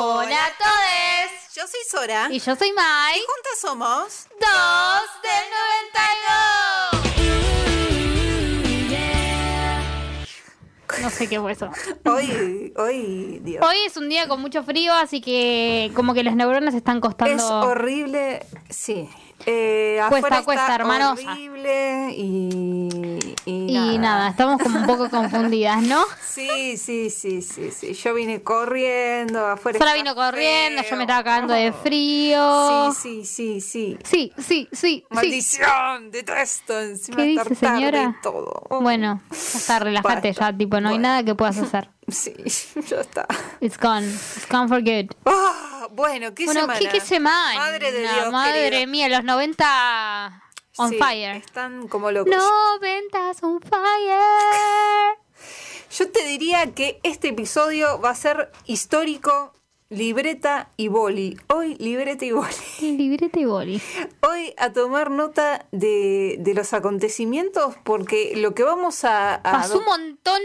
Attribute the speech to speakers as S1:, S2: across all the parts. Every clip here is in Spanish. S1: Hola a todos.
S2: Yo soy Sora.
S1: Y yo soy Mai.
S2: juntas somos.
S1: Dos del 92. No sé qué fue eso.
S2: Hoy, hoy, Dios.
S1: Hoy es un día con mucho frío, así que como que las neuronas están costando.
S2: Es horrible, sí. Eh,
S1: Cuesta,
S2: afuera
S1: cuesta,
S2: está
S1: hermanos.
S2: horrible y, y
S1: y nada. estamos como un poco confundidas, ¿no?
S2: Sí, sí, sí, sí, sí. Yo vine corriendo afuera.
S1: Sora
S2: está
S1: vino corriendo,
S2: feo.
S1: yo me estaba cagando de frío.
S2: Sí, sí, sí, sí.
S1: Sí, sí, sí, sí.
S2: Maldición, detesto encima
S1: ¿Qué dice,
S2: estar tarde
S1: señora?
S2: y todo. Oh,
S1: Bueno, ya está, relájate
S2: Basta.
S1: ya, tipo, no hay
S2: Bueno.
S1: nada que puedas hacer.
S2: Sí, ya está.
S1: It's gone, it's gone for good.
S2: Ah, bueno, qué
S1: bueno,
S2: semana.
S1: ¿qué, qué semana?
S2: Madre de Dios,
S1: Madre
S2: querido.
S1: mía, los 90 on
S2: Sí,
S1: fire.
S2: Están como locos.
S1: 90 on fire.
S2: Yo te diría que este episodio va a ser histórico, libreta y boli. Hoy libreta y boli.
S1: Libreta y boli.
S2: Hoy a tomar nota de, de los acontecimientos porque lo que vamos a, a
S1: Pasó un
S2: doc-
S1: montón.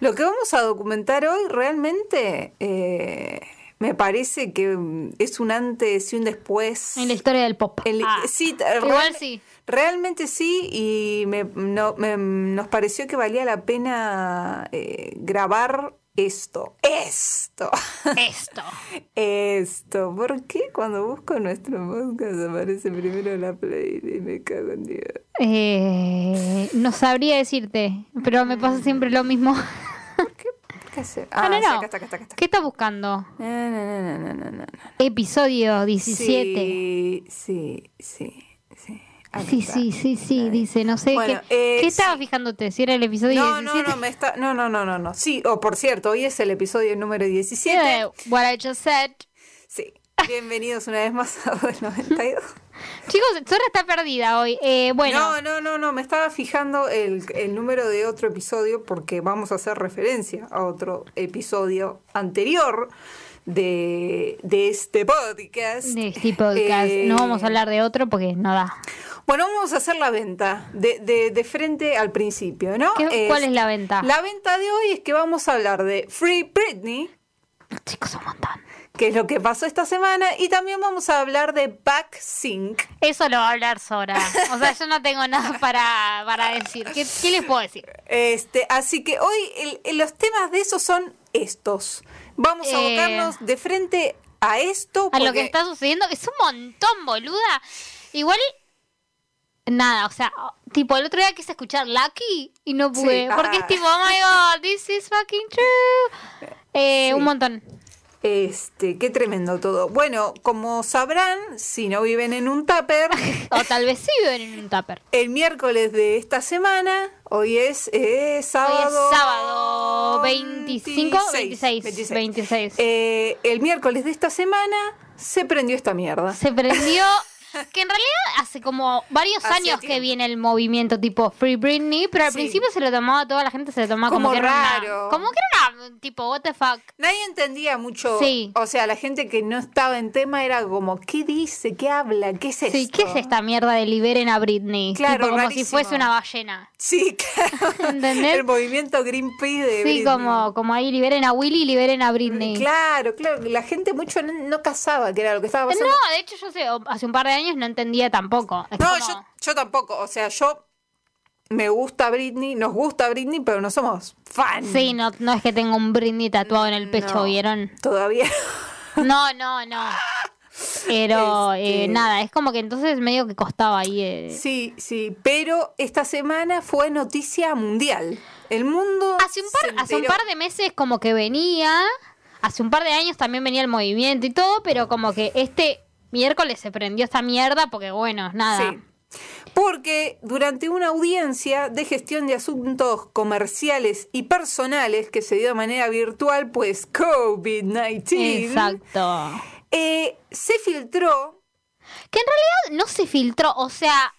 S2: lo que vamos a documentar hoy realmente eh, me parece que mm, es un antes y un después.
S1: En la historia del pop.
S2: El-
S1: Ah,
S2: sí, t-
S1: igual
S2: real-
S1: sí.
S2: Realmente sí, y me, no- me- nos pareció que valía la pena eh, grabar esto. Esto.
S1: Esto.
S2: Esto. ¿Por qué cuando busco nuestro podcast aparece primero la play y me cago en Dios?
S1: Eh, no sabría decirte, pero me pasa siempre lo mismo.
S2: ¿Qué hacer?
S1: Ah, no,
S2: sí,
S1: no.
S2: acá está, acá está, acá está.
S1: ¿Qué está buscando?
S2: No, no, no, no, no, no, no.
S1: Episodio 17.
S2: Sí, sí, sí, sí. Acá
S1: Sí,
S2: está.
S1: sí, sí, sí, dice, no sé
S2: Bueno,
S1: qué,
S2: eh,
S1: ¿qué estabas
S2: sí.
S1: fijándote, si era el episodio
S2: No, no,
S1: 17.
S2: no, me está. No, no, no, no, no. Sí, o por cierto, hoy es el episodio número 17.
S1: Eh, What I just said.
S2: Sí, bienvenidos una vez más a 92.
S1: Chicos, Zora está perdida hoy. Eh, bueno,
S2: No, no, no, no, me estaba fijando el, el número de otro episodio porque vamos a hacer referencia a otro episodio anterior de, de este podcast.
S1: de este podcast
S2: Eh,
S1: no vamos a hablar de otro porque no da.
S2: Bueno, vamos a hacer la venta de, de- de frente al principio, ¿no?
S1: ¿Qué- ¿Cuál es la venta?
S2: La venta de hoy es que vamos a hablar de Free Britney,
S1: Chicos, un montón.
S2: que es lo que pasó esta semana, y también vamos a hablar de Backsync.
S1: Eso lo va a hablar Sora. O sea, yo no tengo nada para, para decir. ¿Qué, qué les puedo decir?
S2: Este, así que hoy el- el- los temas de eso son estos. Vamos a
S1: Eh.
S2: abocarnos de frente a esto.
S1: A lo
S2: porque-
S1: que está sucediendo, es un montón, boluda. Igual, nada, o sea, tipo, el otro día quise escuchar Lucky y no pude.
S2: ah.
S1: Porque es tipo, oh my god, this is fucking true. Eh,
S2: Sí.
S1: Un montón.
S2: Este, qué tremendo todo. Bueno, como sabrán, si no viven en un tupper,
S1: O tal vez sí viven en un tupper.
S2: el miércoles de esta semana, hoy es eh, sábado.
S1: sábado 25, 26, 26.
S2: Eh, el miércoles de esta semana se prendió esta mierda.
S1: Se prendió. Que en realidad hace como varios
S2: Hace
S1: años que
S2: tiempo.
S1: viene el movimiento tipo Free Britney, pero al
S2: Sí.
S1: principio se lo tomaba, toda la gente se lo tomaba como,
S2: Como
S1: que era una,
S2: raro.
S1: como que era una, tipo, what the fuck.
S2: Nadie entendía mucho.
S1: Sí.
S2: O sea, la gente que no estaba en tema era como, ¿qué dice? ¿Qué habla? ¿Qué es esto?
S1: Sí, ¿qué es esta mierda de liberen a Britney?
S2: Claro,
S1: tipo, como si
S2: rarísimo.
S1: fuese una ballena.
S2: Sí, claro.
S1: ¿Entendés?
S2: El movimiento Greenpeace de
S1: Sí,
S2: Britney. Mm,
S1: como, como ahí liberen a Willy y liberen a Britney.
S2: Claro, claro. La gente mucho no, no cazaba, que era lo que estaba pasando.
S1: No, de hecho yo sé, o- hace un par de años no entendía tampoco. Es como-
S2: yo, yo tampoco. O sea, yo me gusta Britney, nos gusta Britney, pero no somos fan.
S1: Sí, no, no es que tengo un Britney tatuado en el pecho,
S2: No.
S1: ¿vieron?
S2: Todavía.
S1: No, no, no. Pero
S2: Este-
S1: eh, nada, es como que entonces medio que costaba ahí. eh.
S2: Sí, sí. Pero esta semana fue noticia mundial. El mundo.
S1: Hace, un par,
S2: se
S1: hace un
S2: enteró.
S1: par de meses como que venía, hace un par de años también venía el movimiento y todo, pero como que este miércoles se prendió esta mierda porque bueno, nada.
S2: Sí. Porque durante una audiencia de gestión de asuntos comerciales y personales que se dio de manera virtual, pues COVID-19,
S1: Exacto.
S2: eh, se filtró
S1: Que en realidad no se filtró, o sea,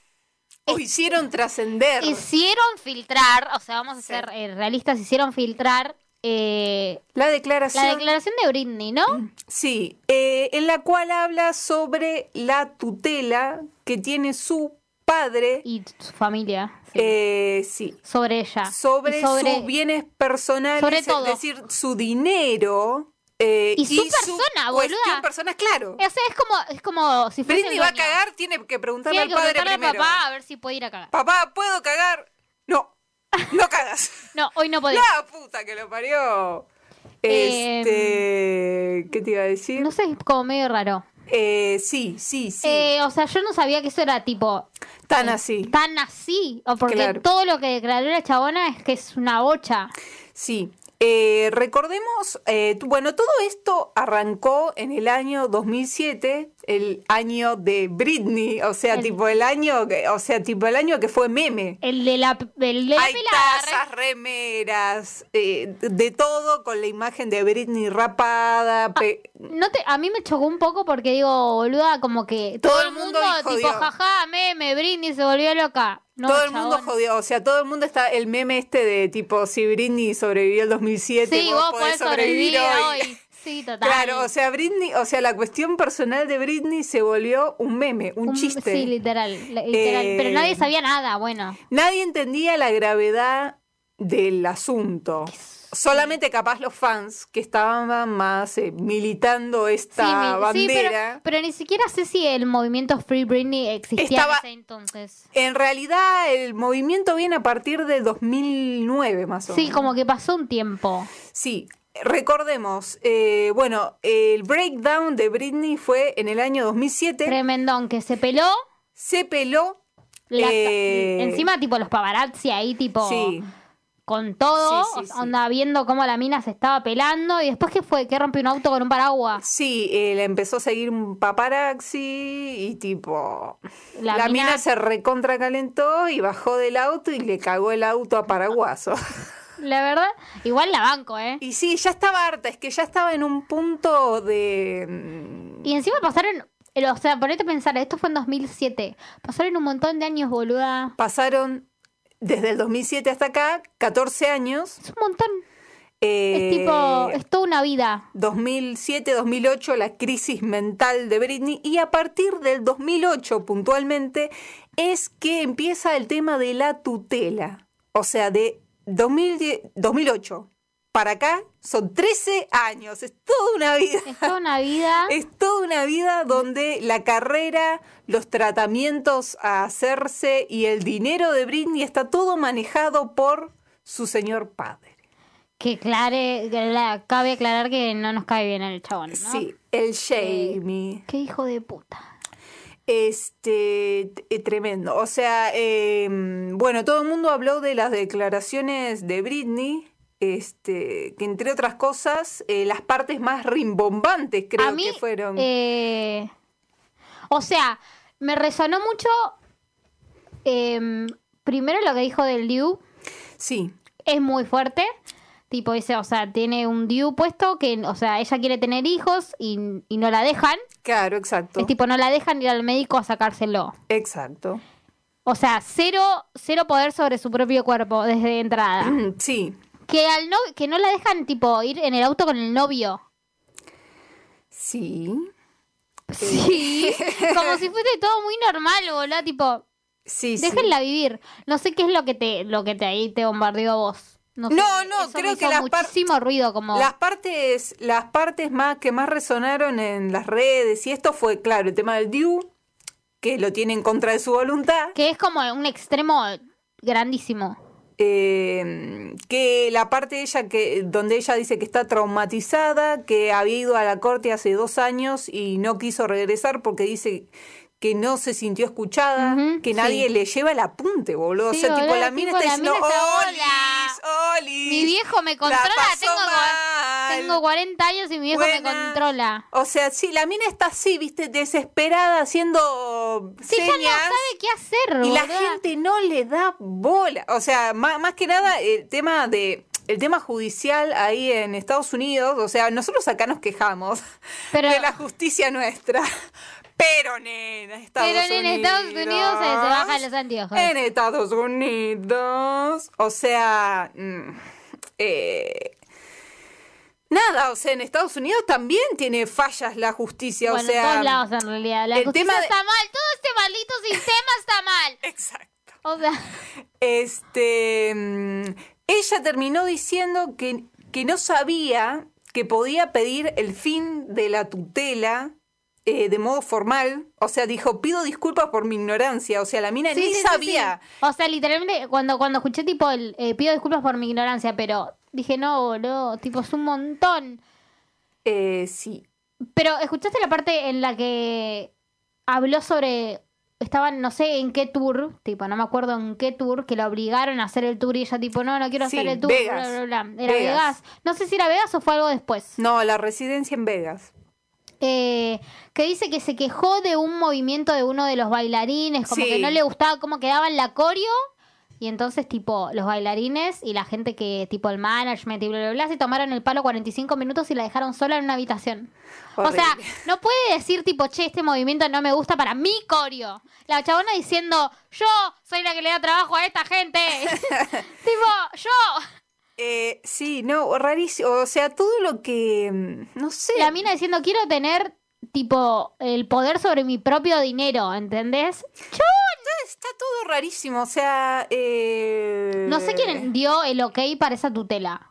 S2: o hicieron trascender.
S1: hicieron filtrar, o sea, vamos a
S2: Sí.
S1: ser eh, realistas, hicieron filtrar eh,
S2: La declaración,
S1: la declaración de Britney, ¿no?
S2: Mm. sí, eh, en la cual habla sobre la tutela que tiene su padre,
S1: Y su familia. sí.
S2: eh, sí,
S1: sobre ella.
S2: sobre,
S1: Y sobre-
S2: sus bienes personales,
S1: sobre todo.
S2: es decir, su dinero, Eh,
S1: Y su persona, boluda.
S2: cuestión persona, claro.
S1: O sea, es como, es como si fuese.
S2: Britney
S1: el
S2: va a
S1: dueño.
S2: cagar, tiene que preguntarle
S1: Tiene
S2: al
S1: que
S2: padre
S1: preguntarle
S2: primero.
S1: a papá a ver si puede ir a cagar.
S2: Papá, ¿puedo cagar? No, no cagas.
S1: No, hoy no podés.
S2: La puta que lo parió. Este, ¿qué te iba a decir?
S1: Eh, No sé, es como medio raro.
S2: Eh, sí, sí, sí.
S1: Eh, o sea, yo no sabía que eso era tipo
S2: Tan así.
S1: tan así. O porque
S2: Claro.
S1: todo lo que declaró la chabona es que es una bocha.
S2: Sí. Eh, recordemos, eh, t- bueno, todo esto arrancó en el año 2007, el año de Britney, o sea,
S1: El-
S2: tipo el año, que- o sea, tipo el año que fue meme.
S1: El de la, el de la
S2: Hay
S1: pelada,
S2: tazas, remeras, eh, de todo con la imagen de Britney rapada. pe-
S1: No te, a mí me chocó un poco porque digo, boluda, como que
S2: Todo el mundo dijo,
S1: tipo,
S2: Dios.
S1: jaja, meme, brindis, se volvió loca. No,
S2: todo el mundo
S1: chabón.
S2: jodió, o sea, todo el mundo está el meme este de tipo, si Britney sobrevivió el 2007,
S1: Sí,
S2: vos,
S1: vos
S2: podés
S1: podés
S2: sobrevivir, hoy.
S1: Sí, total.
S2: Claro, o sea, Britney, o sea, la cuestión personal de Britney se volvió un meme, un,
S1: Un-
S2: chiste.
S1: Sí, literal. li- literal.
S2: Eh,
S1: Pero nadie sabía nada, bueno.
S2: Nadie entendía la gravedad del asunto. Solamente capaz los fans que estaban más eh, militando
S1: Sí,
S2: esta
S1: mi- sí, pero,
S2: bandera.
S1: pero ni siquiera sé si el movimiento Free Britney existía en
S2: Estaba-
S1: ese entonces.
S2: En realidad el movimiento viene a partir del 2009 más o
S1: Sí,
S2: menos.
S1: como que pasó un tiempo.
S2: Sí, recordemos, eh, bueno, el breakdown de Britney fue en el año 2007.
S1: Tremendón, que se peló.
S2: se peló.
S1: la-
S2: Eh,
S1: Encima, tipo, los paparazzi ahí, tipo,
S2: Sí.
S1: con todo.
S2: Sí, sí,
S1: o sea,
S2: sí.
S1: Onda viendo cómo la mina se estaba pelando. Y después, ¿qué fue? Que rompió un auto con un paraguas.
S2: Sí, eh, la empezó a seguir un paparazzi y tipo... La, mina... se recontracalentó y bajó del auto y le cagó el auto a Paraguaso.
S1: La verdad, igual la banco, ¿eh?
S2: y sí, ya estaba harta, es que ya estaba en un punto de... mm,
S1: Y encima pasaron, o sea, ponete a pensar, esto fue en 2007. Pasaron un montón de años, boluda.
S2: Pasaron desde el 2007 hasta acá 14 años.
S1: Es un montón.
S2: eh,
S1: Es tipo, es toda una vida.
S2: 2007-2008 la crisis mental de Britney y a partir del 2008 puntualmente es que empieza el tema de la tutela. O sea, de 2010 2008 para acá son 13 años, es toda una vida.
S1: Es toda una vida.
S2: Es toda una vida donde la carrera, los tratamientos a hacerse y el dinero de Britney está todo manejado por su señor padre.
S1: Que clare, que la- cabe aclarar que no nos cae bien el chabón, ¿no?
S2: Sí, el Jamie.
S1: Qué hijo de puta.
S2: Este, t- eh, tremendo. O sea, eh, bueno, todo el mundo habló de las declaraciones de Britney, este, que entre otras cosas, eh, las partes más rimbombantes creo
S1: a mí,
S2: que fueron.
S1: eh, o sea, me resonó mucho em, primero lo que dijo del Liu,
S2: sí,
S1: es muy fuerte. Tipo, dice, o sea, tiene un Diu puesto que, o sea, ella quiere tener hijos y, y no la dejan.
S2: claro, exacto.
S1: Es tipo, no la dejan ir al médico a sacárselo.
S2: Exacto.
S1: O sea, cero, cero poder sobre su propio cuerpo desde entrada.
S2: Sí,
S1: Que al no, que no la dejan tipo ir en el auto con el novio.
S2: sí,
S1: Sí. Como si fuese todo muy normal, boludo. Tipo,
S2: sí, sí.
S1: déjenla vivir. No sé qué es lo que te, lo que te ahí te bombardeó a vos. No, sé,
S2: No, no,
S1: eso
S2: creo
S1: me
S2: que
S1: hizo
S2: las par-
S1: muchísimo ruido como
S2: Las partes, las partes más que más resonaron en las redes y esto fue, claro, el tema del Diu, que lo tiene en contra de su voluntad.
S1: que es como un extremo grandísimo.
S2: eh, que la parte de ella que donde ella dice que está traumatizada, que había ido a la corte hace dos años y no quiso regresar porque dice que no se sintió escuchada,
S1: Ujú,
S2: que nadie
S1: sí.
S2: le lleva el apunte, boludo.
S1: Sí,
S2: o sea, tipo,
S1: boludo,
S2: la mina
S1: tipo,
S2: está
S1: la
S2: diciendo,
S1: mina está gorda.
S2: olis, olis.
S1: Mi viejo me controla,
S2: la pasó
S1: tengo, cua-
S2: mal.
S1: tengo 40 años y mi viejo me
S2: Buena.
S1: controla.
S2: O sea, sí, la mina está así, viste, desesperada, haciendo
S1: Si ella no
S2: señas.
S1: sabe qué hacer,
S2: Y la
S1: boluda.
S2: gente no le da bola. O sea, má- más, que nada el tema de el tema judicial ahí en Estados Unidos, o sea, nosotros acá nos quejamos
S1: Pero-
S2: de la justicia nuestra. Pero nena, Estados Eh,
S1: Pero en Estados Unidos se- se bajan los anteojos.
S2: En Estados Unidos. O sea, mm, eh, nada, o sea, en Estados Unidos también tiene fallas la justicia,
S1: bueno,
S2: o sea,
S1: en todos lados en realidad. La
S2: el
S1: justicia
S2: tema de-
S1: está mal, todo este maldito sistema está mal.
S2: exacto.
S1: O sea,
S2: Este, mm, ella terminó diciendo que, que no sabía que podía pedir el fin de la tutela eh, de modo formal. O sea, dijo, pido disculpas por mi ignorancia. O sea, la mina
S1: Sí,
S2: ni
S1: sí, sí,
S2: sabía.
S1: sí. O sea, literalmente, cuando, cuando escuché, tipo, el, eh, pido disculpas por mi ignorancia, pero dije, no, boludo, tipo, es un montón.
S2: Eh, sí.
S1: Pero, ¿escuchaste la parte en la que habló sobre. Estaban, no sé en qué tour, tipo, no me acuerdo en qué tour, que la obligaron a hacer el tour y ella, tipo, no, no quiero
S2: Sí,
S1: hacer el tour,
S2: Vegas.
S1: bla, bla, bla. Era
S2: Vegas.
S1: Vegas. No sé si era Vegas o fue algo después.
S2: No, la residencia en Vegas.
S1: eh, que dice que se quejó de un movimiento de uno de los bailarines, como
S2: Sí.
S1: que no le gustaba cómo quedaba en la coreo. Y entonces, tipo, los bailarines y la gente que, tipo, el management y bla, bla, bla, se tomaron el palo 45 minutos y la dejaron sola en una habitación.
S2: Horrible.
S1: O sea, no puede decir, tipo, che, este movimiento no me gusta para mi coreo. La chabona diciendo, yo soy la que le da trabajo a esta gente. tipo, yo.
S2: Eh, sí, no, rarísimo. O sea, todo lo que. mm, No sé.
S1: La mina diciendo, quiero tener, tipo, el poder sobre mi propio dinero, ¿entendés?
S2: Está todo rarísimo. O sea. eh,
S1: No sé quién dio el ok para esa tutela.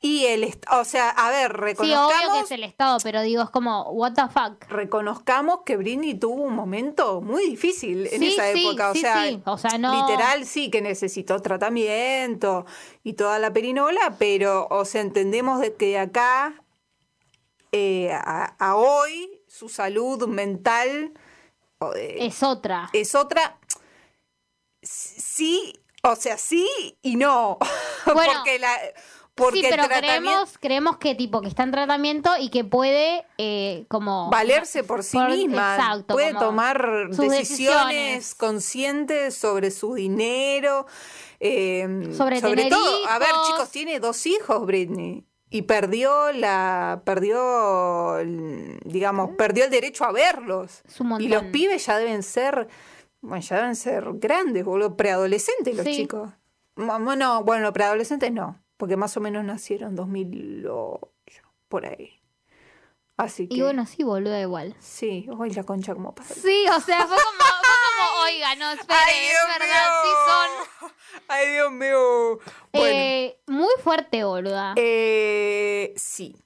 S2: Y el. est- O sea, a ver,
S1: Sí, obvio que
S2: reconozcamos.
S1: es el Estado, pero digo, es como, what the fuck.
S2: reconozcamos que Britney tuvo un momento muy difícil en
S1: Sí,
S2: esa
S1: sí,
S2: época. O
S1: sí,
S2: sea,
S1: sí. O sea, no-
S2: literal sí que necesitó tratamiento y toda la perinola, pero, o sea, entendemos de que acá eh, a, a hoy su salud mental o, eh,
S1: Es otra.
S2: es otra. Sí, o sea, sí y no.
S1: Bueno,
S2: porque la. Porque
S1: sí, pero
S2: el tratamiento.
S1: creemos, creemos que tipo que está en tratamiento y que puede eh, como
S2: valerse por sí
S1: por-
S2: misma,
S1: exacto,
S2: puede
S1: como
S2: tomar
S1: sus
S2: decisiones,
S1: decisiones.
S2: conscientes sobre su dinero, eh,
S1: Sobre tener
S2: todo, a ver
S1: hijos.
S2: chicos, tiene dos hijos Britney y perdió la, perdió, el- digamos, perdió el derecho a verlos.
S1: Es Mm. un
S2: Y
S1: montón.
S2: los pibes ya deben ser, bueno, ya deben ser grandes, boludo, preadolescentes los
S1: Sí.
S2: chicos. Ma- Bueno, bueno, preadolescentes no, porque más o menos nacieron 2008, por ahí. Así que...
S1: Y bueno, sí, boludo, igual.
S2: Sí, hoy la concha como pasa.
S1: Sí, o sea, fue como, fue como oiga, no, espere, es verdad, sí son.
S2: Ay, Dios mío. Bueno,
S1: Eh, muy fuerte, boluda.
S2: eh, sí.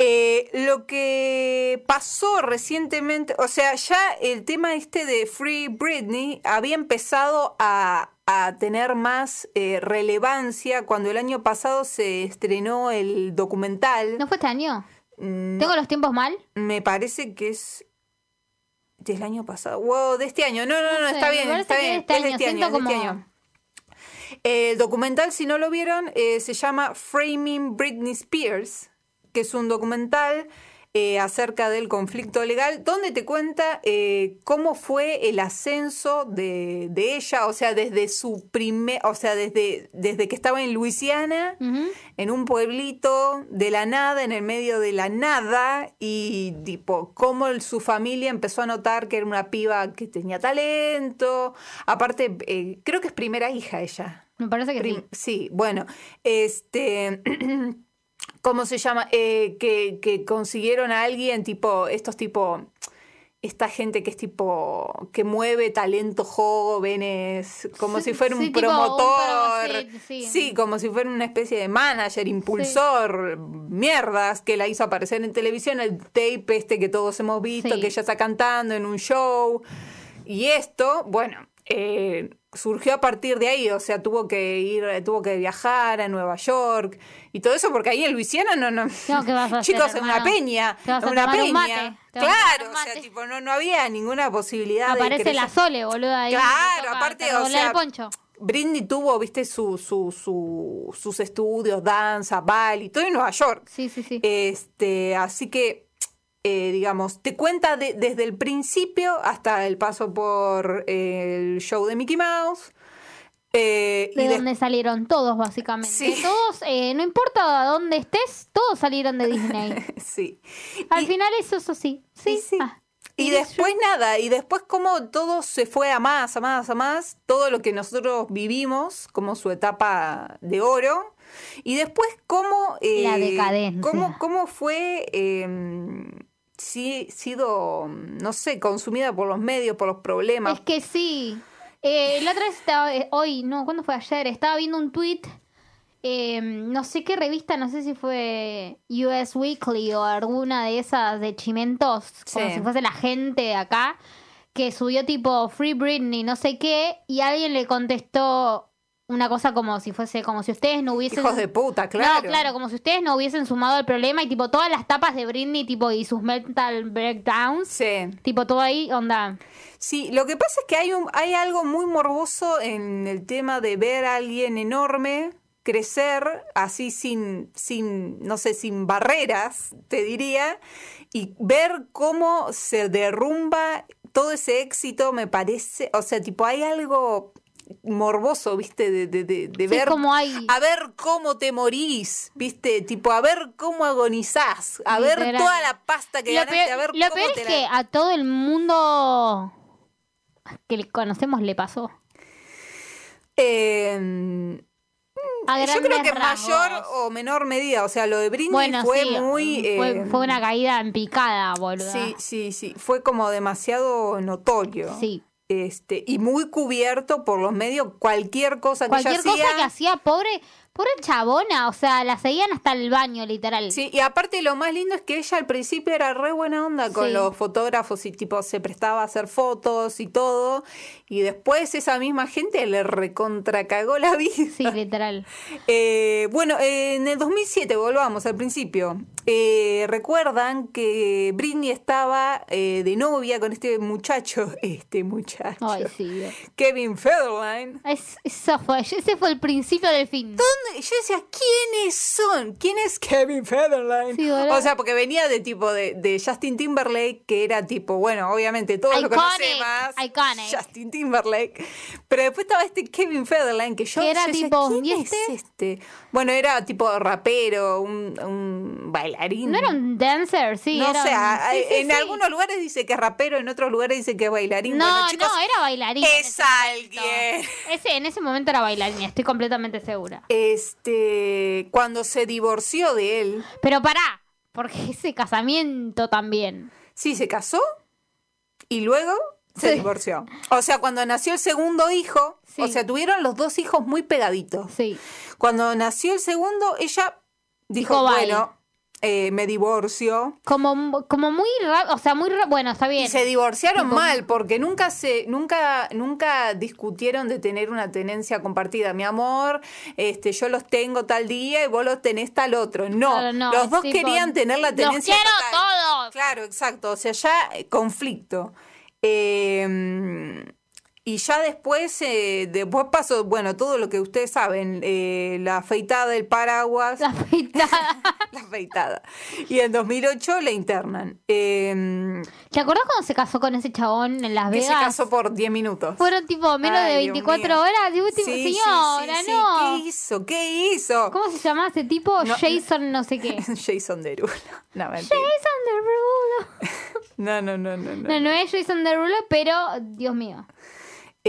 S2: Eh, lo que pasó recientemente, o sea, ya el tema este de Free Britney había empezado a, a tener más eh, relevancia cuando el año pasado se estrenó el documental.
S1: ¿No fue este año?
S2: Mm,
S1: ¿Tengo los tiempos mal?
S2: Me parece que es del año pasado. Wow, de este año. No, no, no,
S1: No sé,
S2: está
S1: me
S2: bien,
S1: parece
S2: está
S1: que
S2: bien.
S1: de este
S2: es de
S1: año,
S2: este año,
S1: siento
S2: es de este
S1: como-
S2: año. Eh, El documental, si no lo vieron, eh, se llama Framing Britney Spears, que es un documental eh, acerca del conflicto legal, donde te cuenta eh, cómo fue el ascenso de, de ella, o sea, desde su primer, o sea, desde, desde que estaba en Luisiana
S1: Ujú.
S2: en un pueblito de la nada, en el medio de la nada, y tipo, cómo el- su familia empezó a notar que era una piba que tenía talento. Aparte, eh, creo que es primera hija ella.
S1: Me parece que
S2: Prim-
S1: sí.
S2: sí, bueno, este, ¿cómo se llama? Eh, que, que consiguieron a alguien, tipo, estos tipo, esta gente que es tipo, que mueve talentos jóvenes, como
S1: Sí,
S2: si fuera un
S1: sí, tipo, un
S2: promotor,
S1: pro- sí, sí.
S2: como si fuera una especie de manager, impulsor, mierdas, que la hizo aparecer en televisión, el tape este que todos hemos visto,
S1: Sí.
S2: que ella está cantando en un show. Y esto, bueno, eh, surgió a partir de ahí, o sea, tuvo que ir, tuvo que viajar a Nueva York y todo eso, porque ahí en Luisiana no, no.
S1: No, ¿qué vas a hacer,
S2: Chicos, en una
S1: hermano?
S2: peña,
S1: Te vas
S2: en
S1: a
S2: una
S1: tomar
S2: peña.
S1: un mate, te vas a
S2: claro,
S1: tomar un
S2: o sea,
S1: mate.
S2: tipo, no, no había ninguna posibilidad de
S1: Aparece
S2: crecer.
S1: la Sole, boluda. ahí,
S2: Claro,
S1: toca- te
S2: aparte, o
S1: redobla
S2: sea,
S1: el poncho.
S2: Britney tuvo, viste, su, su, su- sus estudios, danza, baile y todo en Nueva York.
S1: Sí, sí, sí.
S2: Este, así que, eh, digamos, te cuenta de- desde el principio hasta el paso por eh, el show de Mickey Mouse. eh, y
S1: de
S2: des-
S1: donde salieron todos, básicamente.
S2: Sí.
S1: Todos, eh, no importa a dónde estés, todos salieron de Disney.
S2: sí.
S1: Al
S2: Y-
S1: final eso, eso sí. Sí,
S2: Y sí.
S1: Ah,
S2: Y
S1: y es
S2: después nada, y después como todo se fue a más, a más, a más, todo lo que nosotros vivimos como su etapa de oro, y después cómo... eh,
S1: La decadencia.
S2: Cómo, cómo fue eh, si- sido, no sé, consumida por los medios, por los problemas.
S1: Es que sí. Eh, la otra vez estaba, eh, hoy, no, ¿cuándo fue ayer? Estaba viendo un tweet eh, no sé qué revista, no sé si fue US Weekly o alguna de esas de Chimentos, como
S2: Sí.
S1: si fuese la gente de acá, que subió tipo Free Britney, no sé qué, y alguien le contestó una cosa como si fuese, como si ustedes no hubiesen...
S2: Hijos de puta, claro.
S1: No, claro, como si ustedes no hubiesen sumado al problema y tipo todas las tapas de Britney tipo y sus mental breakdowns,
S2: Sí.
S1: tipo todo ahí, onda.
S2: Sí, lo que pasa es que hay, un- hay algo muy morboso en el tema de ver a alguien enorme crecer así sin, sin, no sé, sin barreras, te diría, y ver cómo se derrumba todo ese éxito, me parece, o sea, tipo, hay algo morboso, viste, de, de, de, de
S1: Sí,
S2: ver...
S1: como hay...
S2: A ver cómo te morís, ¿viste? Tipo, a ver cómo agonizás, a ver
S1: Literal.
S2: toda la pasta que
S1: lo
S2: ganaste,
S1: peor,
S2: a ver
S1: lo
S2: cómo
S1: peor
S2: te
S1: es
S2: la...
S1: que a todo el mundo que le conocemos le pasó.
S2: Eh,
S1: A
S2: Yo creo
S1: grandes
S2: que en
S1: rasgos.
S2: mayor o menor medida, o sea, lo de Britney
S1: bueno,
S2: fue
S1: sí,
S2: muy...
S1: fue,
S2: eh,
S1: fue una caída en picada, boludo.
S2: Sí, sí, sí, fue como demasiado notorio.
S1: Sí.
S2: Este, y muy cubierto por los medios, cualquier cosa que
S1: Cualquier
S2: ella
S1: cosa
S2: hacía.
S1: que hacía, pobre, pobre chabona, o sea, la seguían hasta el baño, literal.
S2: Sí, y aparte lo más lindo es que ella al principio era re buena onda con
S1: Sí.
S2: los fotógrafos y tipo se prestaba a hacer fotos y todo, y después esa misma gente le recontracagó la vida.
S1: Sí, literal.
S2: Eh, bueno, eh, en el 2007, volvamos al principio. Eh, Recuerdan que Britney estaba eh, de novia con este muchacho, este muchacho,
S1: Ay, sí.
S2: Kevin Federline.
S1: Es- eso fue, ese fue el principio del fin.
S2: ¿Dónde? Yo decía, ¿quiénes son? ¿Quién es Kevin Federline?
S1: Sí, boludo.
S2: o sea, porque venía de tipo de, de Justin Timberlake, que era tipo, bueno, obviamente todos lo
S1: Iconic,
S2: conocemos. más,
S1: iconic.
S2: Justin Timberlake. Pero después estaba este Kevin Federline, que yo
S1: Que era
S2: yo decía,
S1: tipo,
S2: ¿quién
S1: ¿y
S2: es
S1: este?
S2: este? Bueno, era tipo rapero, un, un bailarín.
S1: No era un dancer, sí.
S2: No
S1: era
S2: sé,
S1: un-
S2: a-
S1: sí, sí,
S2: en
S1: sí.
S2: algunos lugares dice que es rapero, en otros lugares dice que es bailarín.
S1: No,
S2: bueno, chicos,
S1: no, era bailarín. en
S2: es
S1: ese momento.
S2: alguien.
S1: Ese, en ese momento era bailarina, estoy completamente segura.
S2: Este, cuando se divorció de él,
S1: Pero pará, porque ese casamiento también.
S2: Sí, se casó y luego se
S1: Sí.
S2: divorció. O sea, cuando nació el segundo hijo,
S1: Sí.
S2: o sea, tuvieron los dos hijos muy pegaditos.
S1: Sí.
S2: Cuando nació el segundo, ella dijo,
S1: Dijo, "Bye".
S2: bueno, eh, me divorcio.
S1: Como, como muy rápido, o sea, muy ra- Bueno, está bien.
S2: Y se divorciaron
S1: Tipo-
S2: mal porque nunca se nunca nunca discutieron de tener una tenencia compartida. Mi amor, este yo los tengo tal día y vos los tenés tal otro. No,
S1: Claro, no,
S2: los dos
S1: tipo,
S2: querían tener la
S1: "Los
S2: tenencia
S1: quiero
S2: total.
S1: todos.
S2: Claro, exacto. O sea, ya eh, conflicto. Eh, y ya después, eh, después pasó, bueno, todo lo que ustedes saben, eh, la afeitada del paraguas,
S1: La afeitada.
S2: la afeitada. Y en 2008 la internan. Eh,
S1: ¿Te acordás cuando se casó con ese chabón en Las
S2: que se
S1: Vegas?
S2: casó por 10 minutos.
S1: Fueron tipo menos de
S2: Ay, Dios
S1: 24
S2: mío.
S1: horas. Digo, tipo,
S2: Sí, sí, sí,
S1: señora,
S2: sí.
S1: no.
S2: ¿Qué hizo? ¿Qué hizo?
S1: ¿Cómo se llamaba ese tipo?
S2: No,
S1: Jason, no sé qué. Jason
S2: Jason Derulo. No, mentira.
S1: Derulo.
S2: No, no, no, no. no.
S1: No, no es Jason Derulo, pero Dios mío.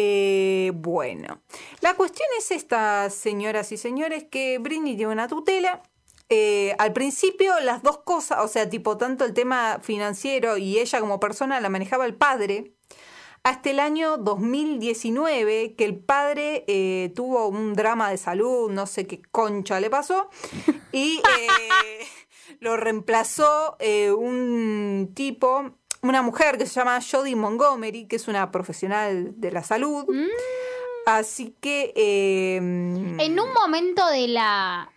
S2: Eh, bueno, la cuestión es esta, señoras y señores, que Britney tiene una tutela. Eh, al principio las dos cosas, o sea, tipo tanto el tema financiero y ella como persona la manejaba el padre, hasta el año 2019, que el padre eh, tuvo un drama de salud, no sé qué concha le pasó, y eh, lo reemplazó eh, un tipo, una mujer que se llama Jodie Montgomery, que es una profesional de la salud.
S1: Mm.
S2: Así que... eh,
S1: En un momento de la.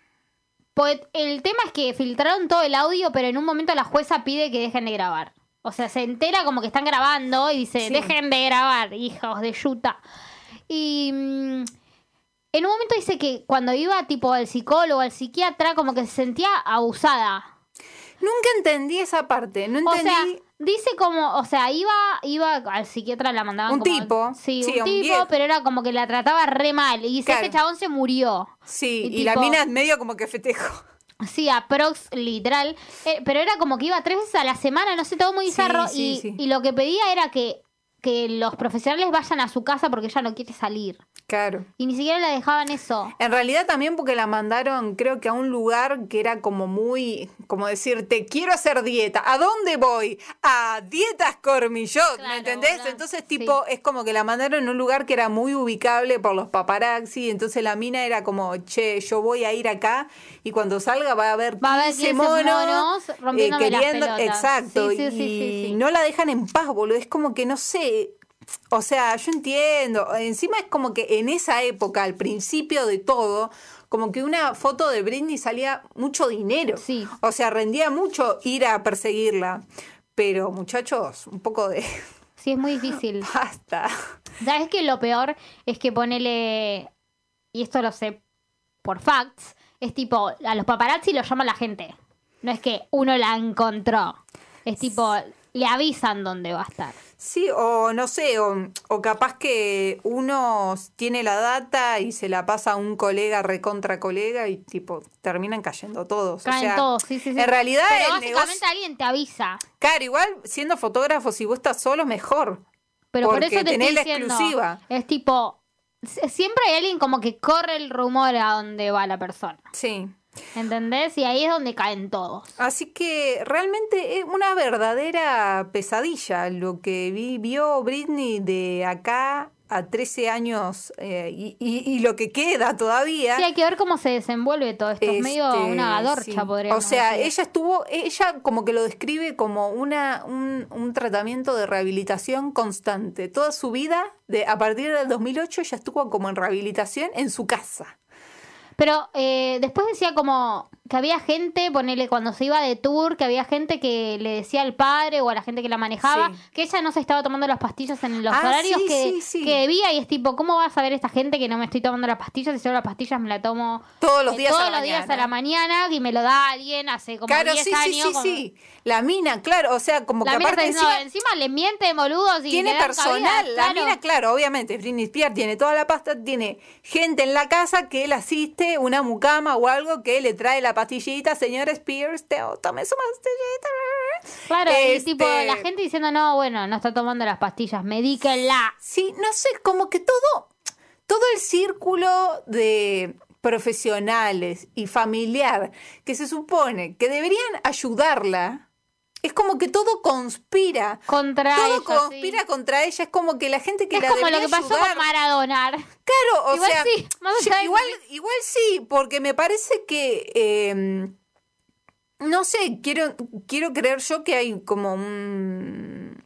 S1: pues, el tema es que filtraron todo el audio, pero en un momento la jueza pide que dejen de grabar. O sea, se entera como que están grabando y dice:
S2: Sí.
S1: Dejen de grabar, hijos de yuta. Y. mm, en un momento dice que cuando iba tipo al psicólogo, al psiquiatra, como que se sentía abusada.
S2: Nunca entendí esa parte, no
S1: O
S2: entendí...
S1: sea, dice como, o sea, iba, iba al psiquiatra, la mandaban
S2: Un
S1: como-
S2: tipo.
S1: Sí,
S2: Sí,
S1: un,
S2: un
S1: tipo,
S2: viejo.
S1: pero era como que la trataba re mal. Y dice,
S2: Claro.
S1: este chabón se murió.
S2: sí,
S1: y
S2: y, la
S1: tipo-
S2: mina medio como que festejo.
S1: Sí, aprox, literal. Eh, pero era como que iba tres veces a la semana, no sé, todo muy
S2: Sí,
S1: bizarro.
S2: sí,
S1: y,
S2: sí.
S1: y lo que pedía era que, que los profesionales vayan a su casa porque ella no quiere salir.
S2: Claro.
S1: Y ni siquiera la dejaban eso.
S2: En realidad también porque la mandaron, creo que a un lugar que era como muy, como decirte, quiero hacer dieta. ¿A dónde voy? A dietas cormillot,
S1: Claro,
S2: ¿me entendés?
S1: ¿verdad?
S2: Entonces, tipo, es como que la mandaron a un lugar que era muy ubicable por los paparazzi. Entonces la mina era como, che, yo voy a ir acá y cuando salga va a haber 15
S1: Va a haber 15 monos rompiéndome las pelotas.
S2: Exacto.
S1: Sí, sí, sí,
S2: y
S1: sí, sí.
S2: no la dejan en paz, boludo. Es como que no sé. O sea, yo entiendo. Encima es como que en esa época, al principio de todo, como que una foto de Britney salía mucho dinero.
S1: Sí.
S2: O sea, rendía mucho ir a perseguirla. Pero muchachos, un poco de
S1: Sí, es muy difícil.
S2: pasta.
S1: ¿Sabes que lo peor es que ponele. Y esto lo sé por facts. Es tipo, a los paparazzi los llama la gente. No es que uno la encontró. Es tipo, le avisan dónde va a estar.
S2: Sí, o no sé, o, o capaz que uno tiene la data y se la pasa a un colega recontra colega y tipo terminan cayendo todos.
S1: Caen
S2: o sea,
S1: todos, sí, sí, sí.
S2: En realidad
S1: Pero
S2: el
S1: básicamente
S2: negocio...
S1: alguien te avisa.
S2: Claro, igual siendo fotógrafo, si vos estás solo, mejor.
S1: Pero por
S2: Porque
S1: eso te
S2: tenés
S1: estoy
S2: la
S1: diciendo.
S2: exclusiva.
S1: Es tipo, s- siempre hay alguien como que corre el rumor a dónde va la persona.
S2: Sí.
S1: ¿Entendés? Y ahí es donde caen todos.
S2: Así que realmente es una verdadera pesadilla lo que vivió Britney de acá a 13 años eh, y, y- y lo que queda todavía.
S1: Sí, hay que ver cómo se desenvuelve todo esto. Es medio
S2: Este,
S1: una gadorcha,
S2: sí.
S1: podríamos
S2: O sea,
S1: decir.
S2: ella estuvo, ella como que lo describe como una, un, un tratamiento de rehabilitación constante. Toda su vida, de, a partir del 2008, ella estuvo como en rehabilitación en su casa.
S1: Pero eh, después decía como que había gente, ponele cuando se iba de tour, que había gente que le decía al padre o a la gente que la manejaba
S2: Sí.
S1: que ella no se estaba tomando las pastillas en los
S2: Ah,
S1: horarios
S2: sí,
S1: que,
S2: sí, sí.
S1: que debía. Y es tipo, ¿cómo va a saber esta gente que no me estoy tomando las pastillas? Si yo las pastillas me la tomo
S2: Todos los
S1: eh,
S2: días
S1: todos
S2: a la
S1: los días
S2: mañana.
S1: a la mañana y me lo da alguien hace como
S2: Claro,
S1: 10
S2: sí,
S1: años.
S2: sí, sí,
S1: como-
S2: sí. La mina, claro, o sea, como
S1: La
S2: que
S1: mina
S2: aparte
S1: está diciendo,
S2: encima-
S1: encima, le miente, boludos. Y
S2: tiene
S1: le dan cabida",
S2: personal. La
S1: claro.
S2: mina, claro, obviamente, Britney Spears tiene toda la pasta, tiene gente en la casa que él asiste, una mucama o algo que le trae la pastillita, señor Spears, te, tome su pastillita.
S1: Claro, y
S2: Este,
S1: tipo la gente diciendo, no, bueno, no está tomando las pastillas, medíquenla.
S2: Sí, no sé, como que todo, todo el círculo de profesionales y familiar que se supone que deberían ayudarla, es como que todo conspira.
S1: Contra
S2: todo
S1: ella,
S2: conspira
S1: sí.
S2: contra ella, es como que la gente que
S1: es
S2: la
S1: como lo
S2: debería
S1: que pasó
S2: ayudar-
S1: con Maradona.
S2: Claro, o
S1: Igual
S2: sea,
S1: sí, más
S2: yo-
S1: allá de-
S2: igual, igual sí, porque me parece que eh, no sé, quiero, quiero creer yo que hay como un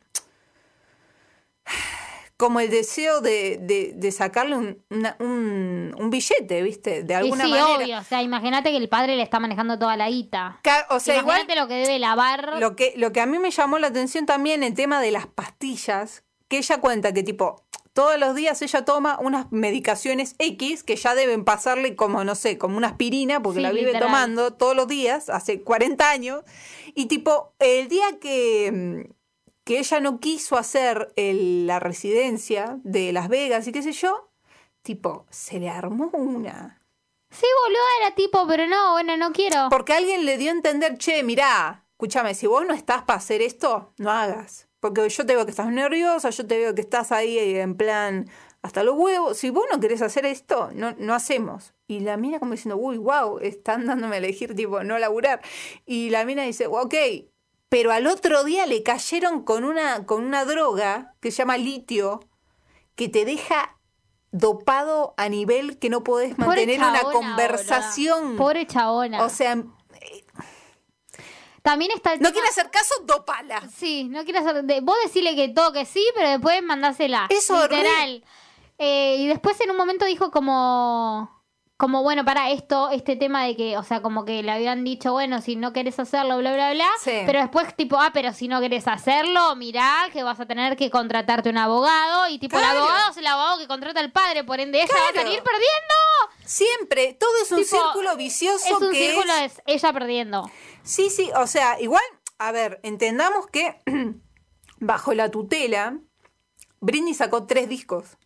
S2: como el deseo de, de- de sacarle un, una- un- un billete, ¿viste? De
S1: Y
S2: alguna
S1: sí,
S2: manera.
S1: obvio. O sea, imagínate que el padre le está manejando toda la guita.
S2: Ca- O sea, igual
S1: imagínate lo que debe lavar.
S2: Lo que, lo que a mí me llamó la atención también el tema de las pastillas, que ella cuenta que tipo, todos los días ella toma unas medicaciones X que ya deben pasarle como, no sé, como una aspirina, porque
S1: Sí,
S2: la vive
S1: literal.
S2: tomando todos los días, hace 40 años, y tipo, el día que, mm, que ella no quiso hacer el- la residencia de Las Vegas y qué sé yo, tipo, se le armó una.
S1: Sí, boludo, era tipo, pero no, bueno, no quiero.
S2: Porque alguien le dio a entender, che, mirá, escúchame, si vos no estás para hacer esto, no hagas. Porque yo te veo que estás nerviosa, yo te veo que estás ahí eh, en plan hasta los huevos. Si vos no querés hacer esto, no, no hacemos. Y la mina como diciendo, uy, wow, están dándome a elegir, tipo, no laburar. Y la mina dice, ok. Pero al otro día le cayeron con una, con una droga que se llama litio, que te deja dopado a nivel que no podés
S1: Pobre
S2: mantener una
S1: chabona,
S2: conversación.
S1: boluda. Pobre chabona.
S2: O sea,
S1: También está el
S2: no
S1: tema-
S2: quiere hacer caso, dopala.
S1: Sí, no quiero hacer. de- vos decirle que todo que sí, pero después mandásela.
S2: Eso,
S1: Literal. Eh, y después en un momento dijo como. Como bueno, para esto, este tema de que, o sea, como que le habían dicho, bueno, si no querés hacerlo, bla, bla, bla.
S2: Sí.
S1: Pero después, tipo, ah, pero si no querés hacerlo, mirá que vas a tener que contratarte un abogado. Y tipo,
S2: Claro.
S1: el abogado es el abogado que contrata al padre, por ende, ella va a
S2: Claro.
S1: salir perdiendo.
S2: Siempre, todo es un
S1: Tipo,
S2: círculo vicioso
S1: Es un
S2: que
S1: círculo,
S2: es-
S1: es ella perdiendo.
S2: Sí, sí, o sea, igual, a ver, entendamos que bajo la tutela, Britney sacó tres discos.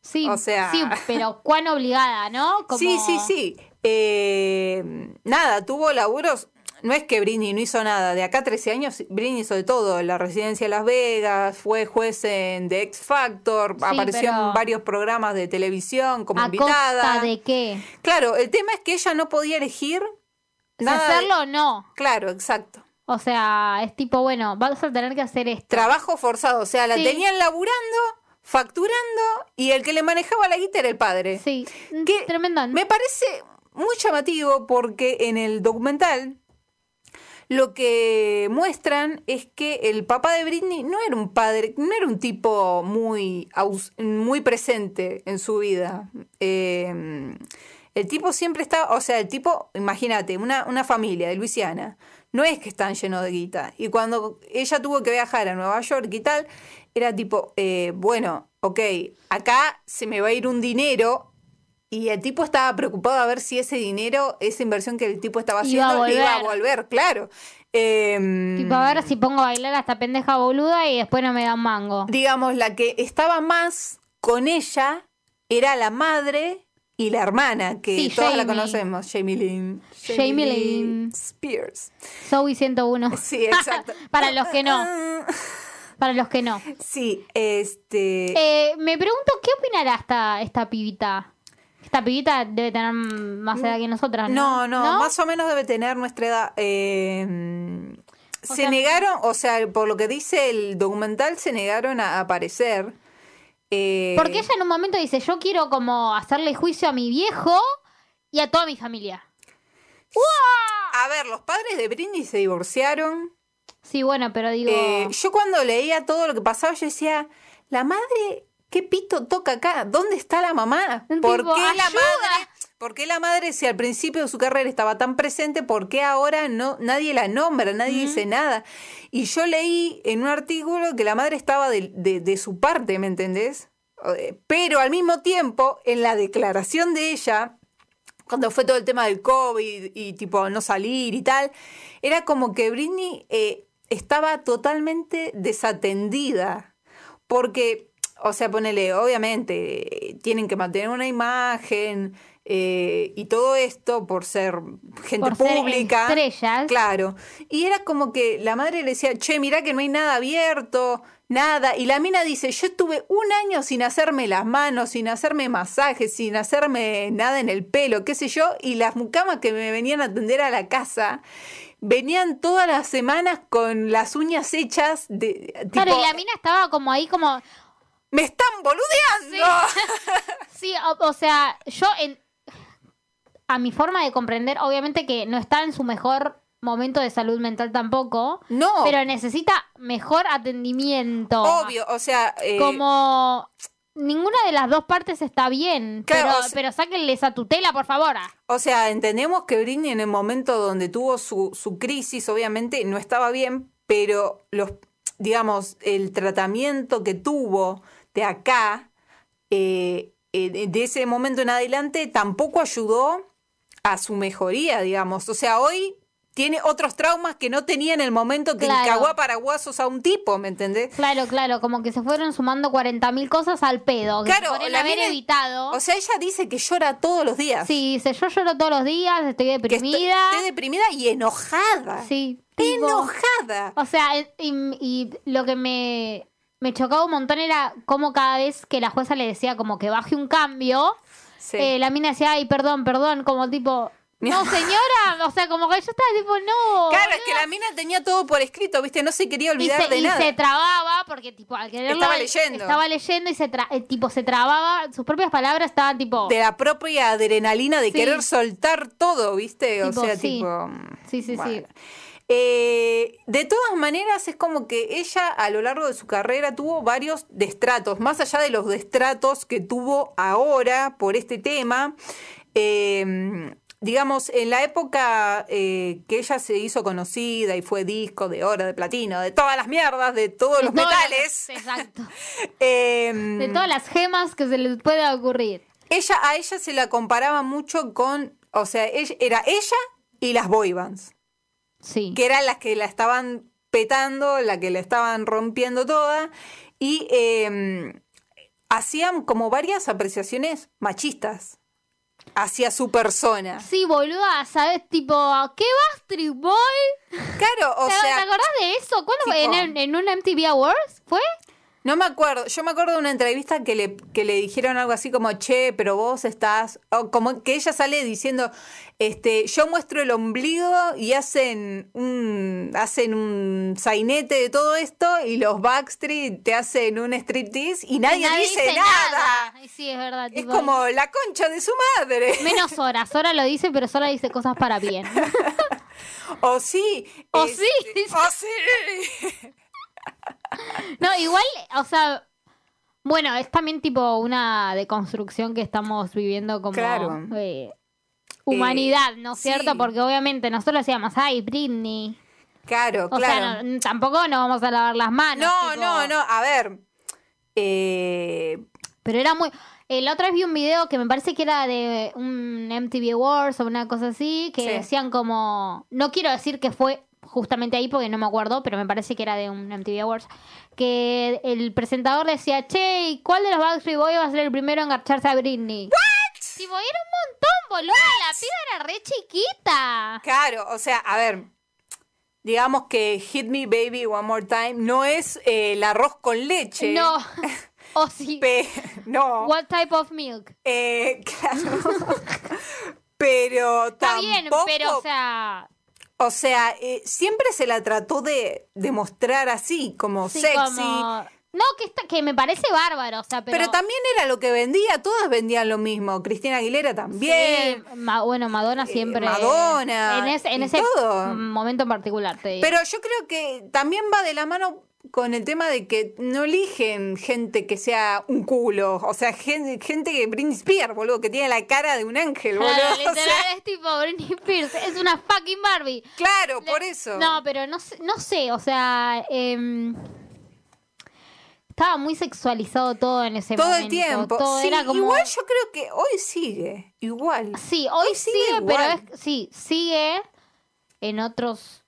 S1: Sí,
S2: O sea-
S1: sí, pero cuán obligada, ¿no? Como-
S2: Sí, sí, sí. Eh, nada, tuvo laburos. no es que Britney no hizo nada. De acá a 13 años, Britney hizo de todo. La residencia de Las Vegas, fue juez en The X Factor,
S1: Sí,
S2: apareció
S1: pero-
S2: en varios programas de televisión como
S1: ¿A
S2: invitada.
S1: costa de qué?
S2: Claro, el tema es que ella no podía elegir
S1: ¿De
S2: nada. de-
S1: ¿Hacerlo o no?
S2: Claro, exacto.
S1: O sea, es tipo, bueno, vas a tener que hacer esto.
S2: Trabajo forzado. O sea, la
S1: Sí.
S2: tenían laburando, facturando, y el que le manejaba la guita era el padre.
S1: Sí. mm,
S2: ¿Qué?
S1: Tremendo.
S2: Me parece muy llamativo porque en el documental lo que muestran es que el papá de Britney no era un padre, no era un tipo muy, aus- muy presente en su vida. Eh, el tipo siempre estaba, o sea, el tipo, imagínate, una, una familia de Luisiana, no es que están llenos de guita. Y cuando ella tuvo que viajar a Nueva York y tal, era tipo, eh, bueno, ok, acá se me va a ir un dinero y el tipo estaba preocupado a ver si ese dinero, esa inversión que el tipo estaba
S1: Iba a
S2: haciendo, le iba a
S1: volver.
S2: volver, claro. Eh,
S1: Tipo, a ver si pongo a bailar a esta pendeja boluda y después no me dan mango.
S2: digamos, la que estaba más con ella era la madre y la hermana, que
S1: Sí,
S2: todas la
S1: Jamie.
S2: conocemos, Jamie Lynn.
S1: Jamie Lynn.
S2: Spears.
S1: Zoe 101.
S2: Sí, exacto. Ah,
S1: Para los que no, para los que no.
S2: Sí, este...
S1: Eh, me pregunto, ¿qué opinará esta, esta pibita? Esta pibita debe tener más edad que nosotras, Ah, ¿no?
S2: no, no, más o menos debe tener nuestra edad. eh,
S1: O
S2: se
S1: sea-
S2: negaron, o sea, por lo que dice el documental, se negaron a aparecer. eh,
S1: Porque ella en un momento dice, yo quiero como hacerle juicio a mi viejo y a toda mi familia.
S2: A ver, los padres de Britney se divorciaron.
S1: Sí, bueno, pero digo...
S2: Eh, yo cuando leía todo lo que pasaba, yo decía, la madre, ¿qué pito toca acá? ¿Dónde está la mamá?
S1: Tipo,
S2: ¿Por qué la
S1: ayuda.
S2: madre? ¿Por qué la madre, si al principio de su carrera estaba tan presente, por qué ahora no, nadie la nombra, nadie dice nada? Y yo leí en un artículo que la madre estaba de, de- de su parte, ¿me entendés? Eh, Pero al mismo tiempo, en la declaración de ella, cuando fue todo el tema del COVID y tipo no salir y tal, era como que Britney eh, estaba totalmente desatendida. Porque, o sea, ponele, obviamente, eh, tienen que mantener una imagen eh, y todo esto por ser gente
S1: por ser
S2: pública.
S1: estrellas.
S2: Claro. Y era como que la madre le decía, che, mirá que no hay nada abierto, nada. Y la mina dice, yo estuve un año sin hacerme las manos, sin hacerme masajes, sin hacerme nada en el pelo, qué sé yo. Y las mucamas que me venían a atender a la casa, venían todas las semanas con las uñas hechas de...
S1: Claro,
S2: tipo,
S1: y la mina estaba como ahí como...
S2: Me están boludeando.
S1: Sí, o, o sea, yo en... A mi forma de comprender, obviamente que no está en su mejor momento de salud mental tampoco,
S2: No,
S1: pero necesita mejor atendimiento.
S2: obvio, o sea... eh,
S1: como ninguna de las dos partes está bien.
S2: Claro,
S1: pero,
S2: o sea-
S1: pero sáquenle esa tutela, por favor.
S2: O sea, entendemos que Britney en el momento donde tuvo su, su crisis, obviamente no estaba bien, pero los, digamos, el tratamiento que tuvo de acá, eh, eh, de- de ese momento en adelante, tampoco ayudó a su mejoría, digamos. O sea, hoy tiene otros traumas que no tenía en el momento que
S1: Claro.
S2: cagó a paraguasos a un tipo, ¿me entendés?
S1: Claro, claro, como que se fueron sumando 40.000 cosas al pedo. Que
S2: Claro,
S1: se podrían
S2: la
S1: haber
S2: mina-
S1: evitado.
S2: O sea, ella dice que llora todos los días.
S1: sí, dice, yo lloro todos los días, estoy
S2: que estoy,
S1: deprimida.
S2: estoy deprimida y enojada.
S1: Sí, tipo-
S2: Enojada.
S1: O sea, y, y lo que me, me chocaba un montón era cómo cada vez que la jueza le decía como que baje un cambio,
S2: Sí.
S1: eh, la mina decía, ay, perdón, perdón, como tipo,
S2: Mi
S1: no
S2: amor.
S1: señora, o sea, como que yo estaba tipo, no.
S2: Claro, es que la mina tenía todo por escrito, ¿viste? No se quería
S1: Y
S2: olvidar
S1: se,
S2: de
S1: y
S2: nada.
S1: se trababa porque tipo al quererlo
S2: Estaba
S1: al-
S2: leyendo.
S1: estaba leyendo y se tra- eh, tipo se trababa sus propias palabras estaban tipo
S2: De la propia adrenalina de
S1: Sí.
S2: querer soltar todo, ¿viste? o
S1: Tipo,
S2: sea,
S1: sí.
S2: tipo.
S1: Sí, sí, sí.
S2: Eh, de todas maneras, es como que ella a lo largo de su carrera tuvo varios destratos, más allá de los destratos que tuvo ahora por este tema. eh, digamos, en la época eh, que ella se hizo conocida y fue disco de oro, de platino, de todas las mierdas, de todos
S1: de
S2: los
S1: todas
S2: metales.
S1: las- exacto
S2: eh,
S1: de todas las gemas que se les pueda ocurrir
S2: Ella, a ella se la comparaba mucho con, o sea, ella- era ella y las boy bands,
S1: sí
S2: que eran las que la estaban petando, la que la estaban rompiendo toda, y em, eh, hacían como varias apreciaciones machistas hacia su persona.
S1: Sí, boluda, ¿sabes? Tipo, ¿qué Bastard Boy?
S2: Claro, o
S1: ¿Te, te
S2: sea,
S1: acordás de eso? ¿Cuándo fue?
S2: tipo-
S1: ¿En, en un MTV Awards? ¿Fue?
S2: no me acuerdo. Yo me acuerdo de una entrevista que le, que le dijeron algo así como, che, pero vos estás. O como que ella sale diciendo, este, yo muestro el ombligo y hacen un, hacen un sainete de todo esto y los Backstreet te hacen un striptease y nadie, dice, nada.
S1: Ay, Sí, es verdad.
S2: Es
S1: tipo,
S2: como la concha de su madre.
S1: Menos Sora. Sora lo dice, pero Sora dice cosas para bien.
S2: O sí.
S1: O
S2: este,
S1: sí.
S2: O sí.
S1: No, igual, o sea... Bueno, es también tipo una deconstrucción que estamos viviendo como...
S2: Claro.
S1: eh, humanidad, ¿no es
S2: sí.
S1: cierto? Porque obviamente nosotros decíamos, ay, Britney...
S2: Claro,
S1: O sea,
S2: claro.
S1: no- tampoco nos vamos a lavar las manos.
S2: no,
S1: tipo.
S2: no, no. A ver. Eh,
S1: Pero era muy. El otra vez vi un video que me parece que era de un MTV Awards o una cosa así, que
S2: Sí.
S1: decían como. No quiero decir que fue justamente ahí porque no me acuerdo, pero me parece que era de un MTV Awards. Que el presentador decía, che, ¿y ¿cuál de los Backstreet Boys va a ser el primero en garcharse a Britney? Tipo, era un montón, boludo. La piba era re chiquita.
S2: claro, o sea, a ver. Digamos que Hit Me Baby One More Time no es eh, el arroz con leche.
S1: No. o sí.
S2: Pe- no.
S1: What type of milk?
S2: Eh, claro. pero
S1: Está
S2: tampoco.
S1: bien, pero o sea.
S2: o sea, eh, siempre se la trató de demostrar así, como
S1: Sí,
S2: sexy.
S1: como- No, que, está, que me parece bárbaro, o sea, pero...
S2: Pero, también era lo que vendía, todas vendían lo mismo. Cristina Aguilera también.
S1: Sí, ma- bueno, Madonna siempre...
S2: Eh, Madonna,
S1: En, es- en
S2: y
S1: ese
S2: todo.
S1: momento en particular, te digo.
S2: Pero yo creo que también va de la mano con el tema de que no eligen gente que sea un culo. O sea, gente, gente que Britney Spears, boludo, que tiene la cara de un ángel, boludo.
S1: Claro,
S2: O
S1: literal
S2: sea,
S1: es tipo Britney Spears, es una fucking Barbie.
S2: claro, por eso.
S1: No, pero no, sé- no sé, o sea... em, estaba muy sexualizado todo en ese
S2: todo
S1: momento.
S2: el tiempo.
S1: Todo
S2: Sí,
S1: era como...
S2: Igual yo creo que hoy sigue. Igual.
S1: Sí, hoy
S2: Hoy sigue
S1: sigue,
S2: igual.
S1: pero es, sí, sigue en otros...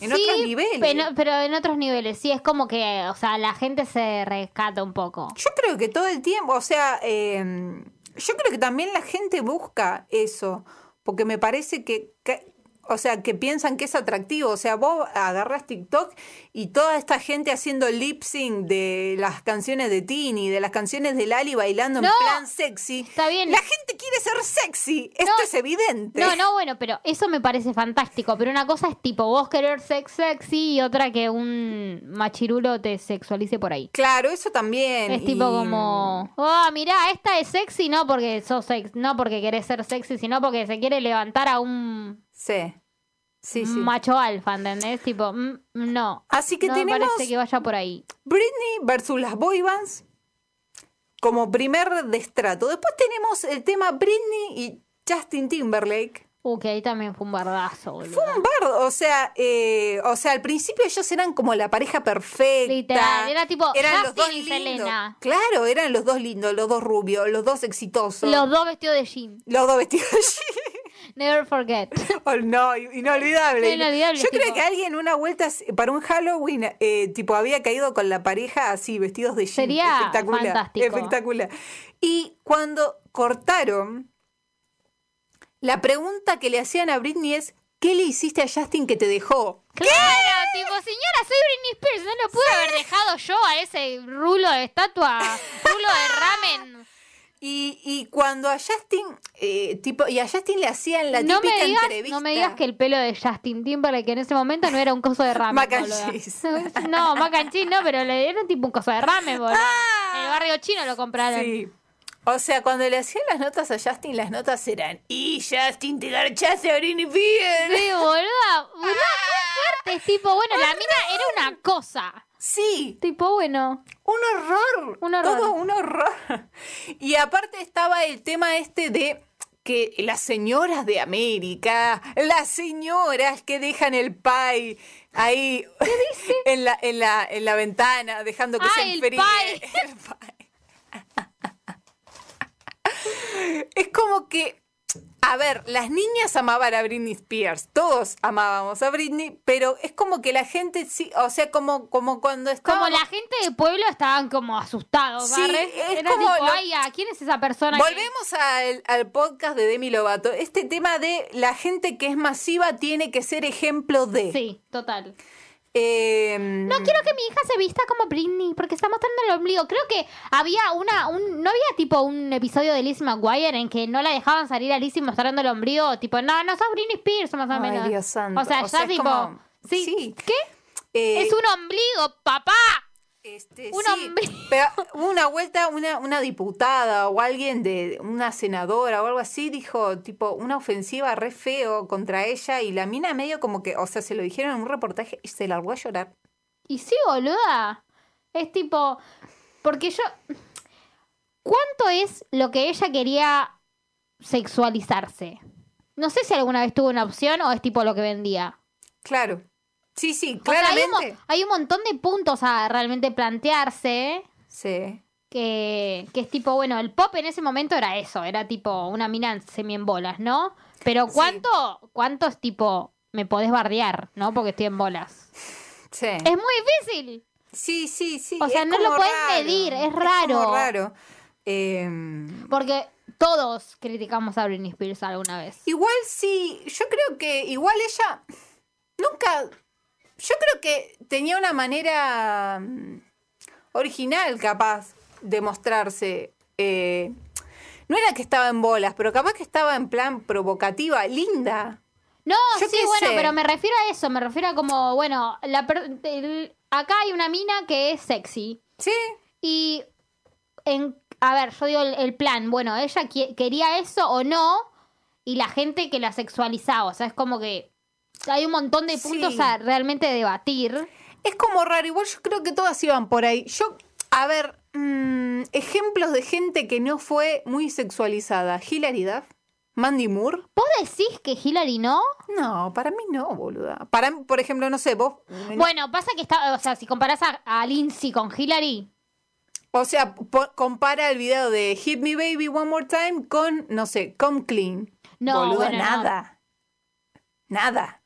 S2: En otros niveles.
S1: Pero, pero en otros niveles, sí, es como que, o sea, la gente se rescata un poco.
S2: Yo creo que todo el tiempo, o sea, eh, yo creo que también la gente busca eso, porque me parece que, que- o sea, que piensan que es atractivo, o sea, vos agarras TikTok y toda esta gente haciendo lip sync de las canciones de Tini, de las canciones de Lali bailando
S1: No.
S2: en plan sexy.
S1: Está bien.
S2: La gente quiere ser sexy, esto
S1: No.
S2: es evidente.
S1: No, no, bueno, pero eso me parece fantástico. Pero una cosa es tipo vos querer sex sexy y otra que un machirulo te sexualice por ahí.
S2: Claro, eso también.
S1: Es tipo
S2: y-
S1: como, ah, mirá, esta es sexy no porque sos sex, no porque querés ser sexy, sino porque se quiere levantar a un
S2: Sí, sí, sí.
S1: macho alfa, ¿entendés? Tipo, mm, no.
S2: Así que
S1: no me
S2: tenemos...
S1: parece que vaya por ahí.
S2: Britney versus las boy bands como primer destrato. Después tenemos el tema Britney y Justin Timberlake.
S1: Uh, que ahí también fue un bardazo, boludo.
S2: Fue un bardo, o sea, eh, o sea, al principio ellos eran como la pareja perfecta.
S1: Literal, era tipo
S2: eran los
S1: Justin
S2: dos
S1: y
S2: lindos.
S1: Selena.
S2: Claro, eran los dos lindos, los dos rubios, los dos exitosos.
S1: Los dos vestidos de jean.
S2: los dos vestidos así.
S1: Never forget.
S2: Oh, no, inolvidable.
S1: Inolvidable,
S2: Yo creo
S1: tipo.
S2: que alguien una vuelta s- para un Halloween, eh, tipo, había caído con la pareja así, vestidos de jean.
S1: Sería
S2: espectacular,
S1: fantástico.
S2: Espectacular. Y cuando cortaron, la pregunta que le hacían a Britney es: ¿Qué le hiciste a Justin que te dejó?
S1: Claro, tipo, señora, soy Britney Spears, no lo pude haber dejado yo a ese rulo de estatua, rulo de ramen.
S2: Y, y cuando a Justin, eh, tipo, y a Justin le hacían la
S1: no,
S2: típica
S1: me digas,
S2: entrevista.
S1: no me digas que el pelo de Justin Timberlake que en ese momento no era un coso de ramen.
S2: Mac and
S1: boluda.
S2: cheese.
S1: No, mac and cheese no, pero le era tipo un coso de ramen, boludo. En el barrio chino lo compraron.
S2: Ah. Sí. O sea, cuando le hacían las notas a Justin, las notas eran Y Justin, te garchaste a Britney Spears".
S1: Sí, boluda. Boluda, qué fuerte. Es tipo, bueno, la mina era una cosa.
S2: Sí,
S1: Tipo, bueno.
S2: un horror.
S1: Un horror.
S2: Todo un horror. Y aparte estaba el tema este de que las señoras de América, las señoras que dejan el pie ahí en la, en la, en la ventana, dejando que
S1: Ah,
S2: se
S1: el
S2: enfríe.
S1: pie.
S2: El pie. es como que A ver, las niñas amaban a Britney Spears, todos amábamos a Britney, pero es como que la gente sí, o sea, como, como cuando
S1: Como
S2: estábamos...
S1: la gente del pueblo estaban como asustados,
S2: Sí,
S1: Barre.
S2: es
S1: Era
S2: como
S1: tipo,
S2: lo-
S1: ay, ¿a ¿quién es esa persona? que-
S2: Volvemos al, al podcast de Demi Lovato. Este tema de la gente que es masiva tiene que ser ejemplo de.
S1: Sí, total.
S2: Eh,
S1: No quiero que mi hija se vista como Britney, porque está mostrando el ombligo. Creo que había una, un, no había tipo un episodio de Lizzie McGuire en que no la dejaban salir a Lizzie mostrando el ombligo, tipo, no, no sos Britney Spears, más o
S2: Ay,
S1: menos.
S2: Dios santo.
S1: O sea,
S2: O
S1: ya
S2: sea, es
S1: tipo,
S2: como-
S1: ¿sí?
S2: sí.
S1: ¿qué?
S2: eh,
S1: Es un ombligo, papá.
S2: Este,
S1: Un
S2: sí,
S1: hombre.
S2: pero hubo una vuelta, una, una diputada o alguien de una senadora o algo así dijo, tipo, una ofensiva re feo contra ella y la mina medio como que, o sea, se lo dijeron en un reportaje y se largó a llorar.
S1: Y sí, boluda. Es tipo, porque yo, ¿cuánto es lo que ella quería sexualizarse? No sé si alguna vez tuvo una opción o es tipo lo que vendía.
S2: Claro. Sí, sí,
S1: O sea, hay un mo-
S2: claramente.
S1: hay, un, montón de puntos a realmente plantearse
S2: Sí.
S1: que, que es tipo, bueno, el pop en ese momento era eso, era tipo una mina semi en bolas, ¿no? Pero
S2: Sí.
S1: cuánto, cuánto es tipo, me podés bardear, ¿no? Porque estoy en bolas.
S2: Sí.
S1: Es muy difícil.
S2: Sí, sí, sí.
S1: O sea,
S2: es
S1: no lo
S2: como
S1: puedes
S2: raro,
S1: medir, es
S2: como
S1: raro.
S2: raro. Em,
S1: Porque todos criticamos a Britney Spears alguna vez.
S2: Igual sí, yo creo que igual ella nunca, yo creo que tenía una manera mm, original capaz de mostrarse. eh, no era que estaba en bolas, pero capaz que estaba en plan provocativa, linda.
S1: No,
S2: Yo
S1: sí,
S2: qué
S1: bueno,
S2: sé.
S1: pero me refiero a eso, me refiero a como, bueno, la per- el- acá hay una mina que es sexy.
S2: Sí,
S1: Y, en, a ver, yo digo el, el plan. Bueno, ella qui- quería eso o no. Y la gente que la sexualizaba. O sea, es como que hay un montón de puntos
S2: Sí.
S1: a realmente debatir.
S2: es como raro, igual yo creo que todas iban por ahí. Yo, a ver, mm, ejemplos de gente que no fue muy sexualizada. Hilary Duff, Mandy Moore.
S1: ¿Vos decís que Hillary no?
S2: No, para mí no, boluda. Para, mí, por ejemplo, no sé, vos...
S1: Bueno, pasa que está. O sea, si comparás a, a Lindsay con Hillary.
S2: O sea, po- compara el video de Hit Me Baby One More Time con, no sé, Come Clean.
S1: No,
S2: Boluda,
S1: bueno, no.
S2: nada. Nada.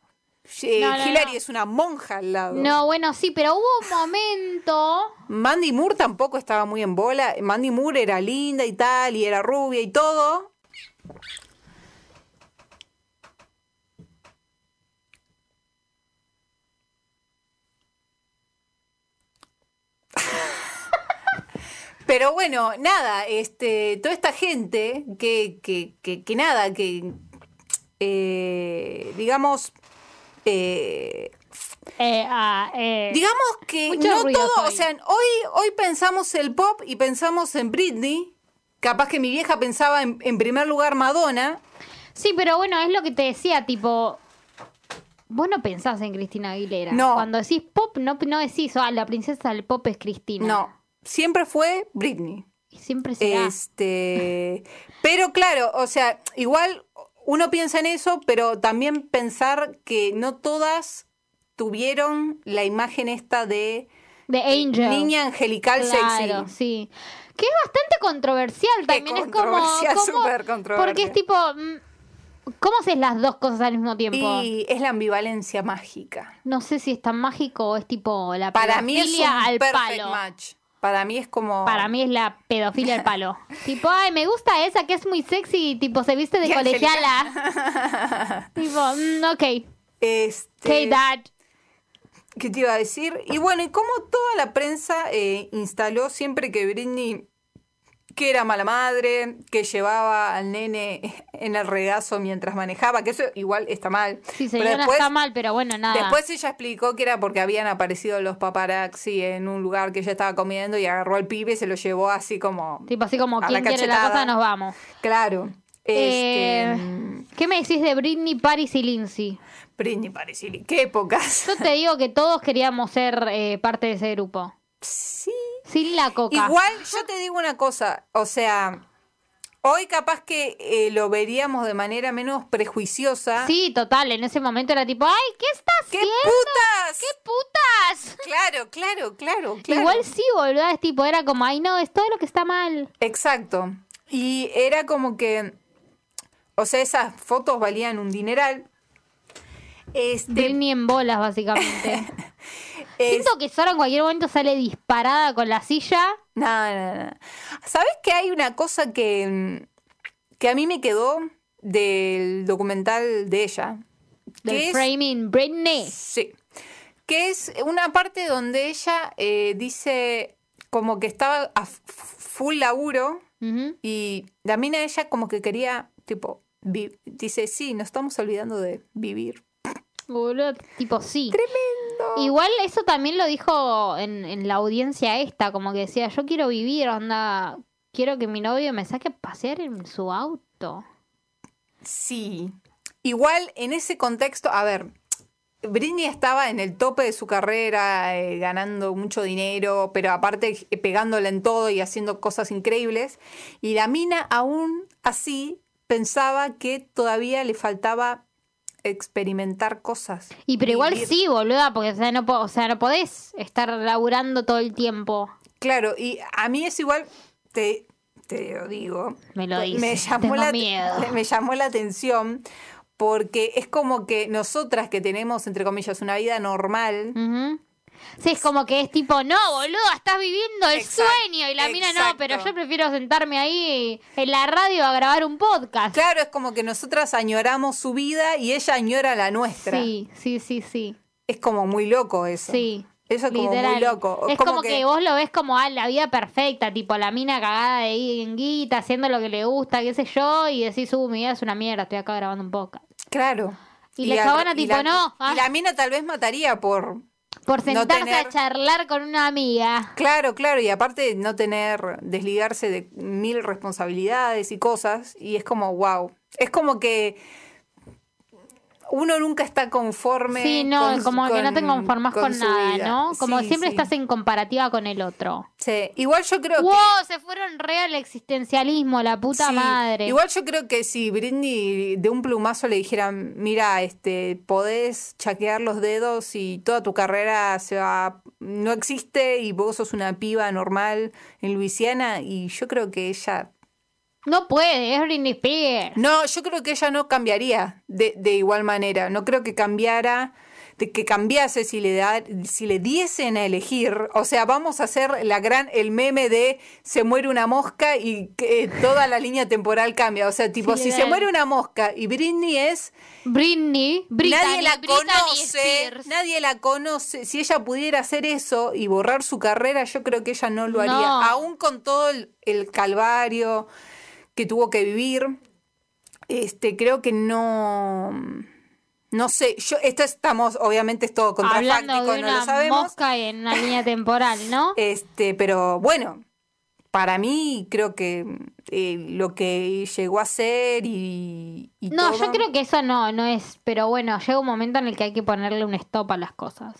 S2: Eh,
S1: No, no,
S2: Hillary
S1: no.
S2: es una monja al lado.
S1: No, bueno, sí, pero hubo un momento.
S2: Mandy Moore tampoco estaba muy en bola. Mandy Moore era linda y tal, y era rubia y todo. Pero bueno, nada, este, toda esta gente que, que, que, que nada, que eh, digamos eh,
S1: eh, ah, eh,
S2: Digamos que
S1: Mucho
S2: no
S1: ruido
S2: todo, o
S1: hoy.
S2: sea, hoy, hoy pensamos el pop y pensamos en Britney. Capaz que mi vieja pensaba en, en primer lugar Madonna.
S1: Sí, pero bueno, es lo que te decía, tipo. Vos no pensás en Cristina Aguilera.
S2: No.
S1: Cuando decís pop, no, no decís, ah, la princesa del pop es Cristina.
S2: No, siempre fue Britney.
S1: Y Siempre será.
S2: Este, pero claro, o sea, igual uno piensa en eso, pero también pensar que no todas tuvieron la imagen esta de
S1: The Angel.
S2: niña angelical
S1: claro,
S2: sexy.
S1: sí. Que es bastante controversial también. Es como-
S2: controversial,
S1: como.
S2: súper controversial.
S1: Porque es tipo. mm, ¿Cómo haces las dos cosas al mismo tiempo?
S2: Y es la ambivalencia mágica.
S1: No sé si es tan mágico o es tipo la
S2: Para mí es un
S1: pedofilia al
S2: perfect
S1: palo.
S2: match. Para mí es como.
S1: Para mí es la pedofilia al palo. tipo, ay, me gusta esa que es muy sexy, tipo, se viste de
S2: Y
S1: colegiala. tipo, mm, ok,
S2: Este,
S1: hey dad.
S2: ¿Qué te iba a decir? Y bueno, y como toda la prensa eh, instaló siempre que Britney, que era mala madre, que llevaba al nene en el regazo mientras manejaba, que eso igual está mal.
S1: Sí,
S2: Pero
S1: señora,
S2: después-
S1: está mal, pero bueno, nada.
S2: Después ella explicó que era porque habían aparecido los paparazzi en un lugar que ella estaba comiendo y agarró al pibe y se lo llevó así como.
S1: tipo, así como,
S2: a la
S1: quien quiere la
S2: cachetada.
S1: cosa, nos vamos.
S2: Claro. Este,
S1: Eh, ¿Qué me decís de Britney, Paris y Lindsay?
S2: Britney Parisili, qué épocas.
S1: Yo te digo que todos queríamos ser eh, parte de ese grupo.
S2: Sí.
S1: Sin la coca.
S2: Igual yo te digo una cosa, o sea, hoy capaz que eh, lo veríamos de manera menos prejuiciosa.
S1: Sí, total, en ese momento era tipo, ay, ¿qué estás
S2: ¿eh? ¡Qué
S1: haciendo?
S2: putas!
S1: ¿Qué putas?
S2: Claro, claro, claro, claro.
S1: Igual sí, boludo, es tipo, era como, ay no, es todo lo que está mal.
S2: Exacto. Y era como que, O sea, esas fotos valían un dineral. Este,
S1: Britney en bolas, básicamente.
S2: es-
S1: Siento que Sora en cualquier momento sale disparada con la silla.
S2: No, no, no. ¿Sabes que hay una cosa que, mm, que a mí me quedó del documental de ella?
S1: Del
S2: Que es-
S1: framing Britney.
S2: Sí. Que es una parte donde ella eh, dice como que estaba a f- full laburo
S1: Ujú.
S2: y la mina ella como que quería, tipo, vi- dice, sí, nos estamos olvidando de vivir.
S1: Boludo, tipo sí. Igual eso también lo dijo en, en la audiencia esta, como que decía, yo quiero vivir, onda, quiero que mi novio me saque a pasear en su auto.
S2: Sí. Igual en ese contexto, a ver, Britney estaba en el tope de su carrera, eh, ganando mucho dinero, pero aparte eh, pegándola en todo y haciendo cosas increíbles. Y la mina aún así pensaba que todavía le faltaba experimentar cosas.
S1: Y pero igual
S2: Vivir.
S1: sí, boluda, porque o sea, no, po- o sea, no podés estar laburando todo el tiempo.
S2: Claro, y a mí es igual, te, te lo digo.
S1: Me lo dices,
S2: Me llamó,
S1: tengo
S2: la,
S1: miedo.
S2: me llamó la atención porque es como que nosotras que tenemos, entre comillas, una vida normal.
S1: Ujú. Sí, es como que es tipo, no, boluda, estás viviendo el
S2: Exacto,
S1: sueño. Y la mina no,
S2: exacto.
S1: pero yo prefiero sentarme ahí en la radio a grabar un podcast.
S2: Claro, es como que nosotras añoramos su vida y ella añora la nuestra.
S1: Sí, sí, sí, sí.
S2: Es como muy loco eso.
S1: Sí.
S2: Eso es como muy
S1: Literal.
S2: loco.
S1: Es como, que... vos lo ves como ah, la vida perfecta, tipo la mina cagada de guita, haciendo lo que le gusta, qué sé yo, y decís, uh, mi vida es una mierda, estoy acá grabando un podcast.
S2: Claro.
S1: Y la
S2: al-
S1: chabona tipo,
S2: la-
S1: no, ah.
S2: Y la mina tal vez mataría por...
S1: Por
S2: No
S1: sentarse
S2: tener-
S1: a charlar con una amiga.
S2: Claro, claro, y aparte no tener, desligarse de mil responsabilidades y cosas, y es como, wow, es como que uno nunca está conforme.
S1: Sí, no,
S2: con-
S1: como que no te
S2: con-
S1: conformás con,
S2: su
S1: nada,
S2: vida.
S1: ¿no? Como
S2: Sí,
S1: siempre
S2: sí.
S1: estás en comparativa con el otro.
S2: Sí, igual yo creo
S1: ¡Wow!
S2: que...
S1: Se fueron re al existencialismo, la puta
S2: sí,
S1: madre.
S2: Igual yo creo que si Britney de un plumazo le dijeran, mira, este, podés chaquear los dedos y toda tu carrera se va, no existe y vos sos una piba normal en Luisiana, y yo creo que ella
S1: No puede, es Britney Spears.
S2: No, yo creo que ella no cambiaría de, de igual manera. No creo que cambiara, de que cambiase si le, da- si le diesen a elegir. O sea, vamos a hacer la gran, el meme de se muere una mosca y que, eh, toda la línea temporal cambia. O sea, tipo,
S1: Sí,
S2: si
S1: le
S2: se
S1: dan-
S2: muere una mosca y Britney es,
S1: Britney, Britney,
S2: nadie la
S1: Britney
S2: conoce,
S1: Spears.
S2: nadie la conoce. Si ella pudiera hacer eso y borrar su carrera, yo creo que ella no lo haría.
S1: No.
S2: Aún con todo el, el calvario que tuvo que vivir, este, creo que no. No sé, yo, esto estamos, obviamente es todo
S1: Hablando
S2: contrafáctico,
S1: de
S2: no lo
S1: una
S2: sabemos.
S1: mosca en una línea temporal, ¿no?
S2: Este, pero bueno, para mí creo que eh, lo que llegó a ser y, y
S1: No,
S2: todo,
S1: yo creo que eso no, no es. Pero bueno, llega un momento en el que hay que ponerle un stop a las cosas.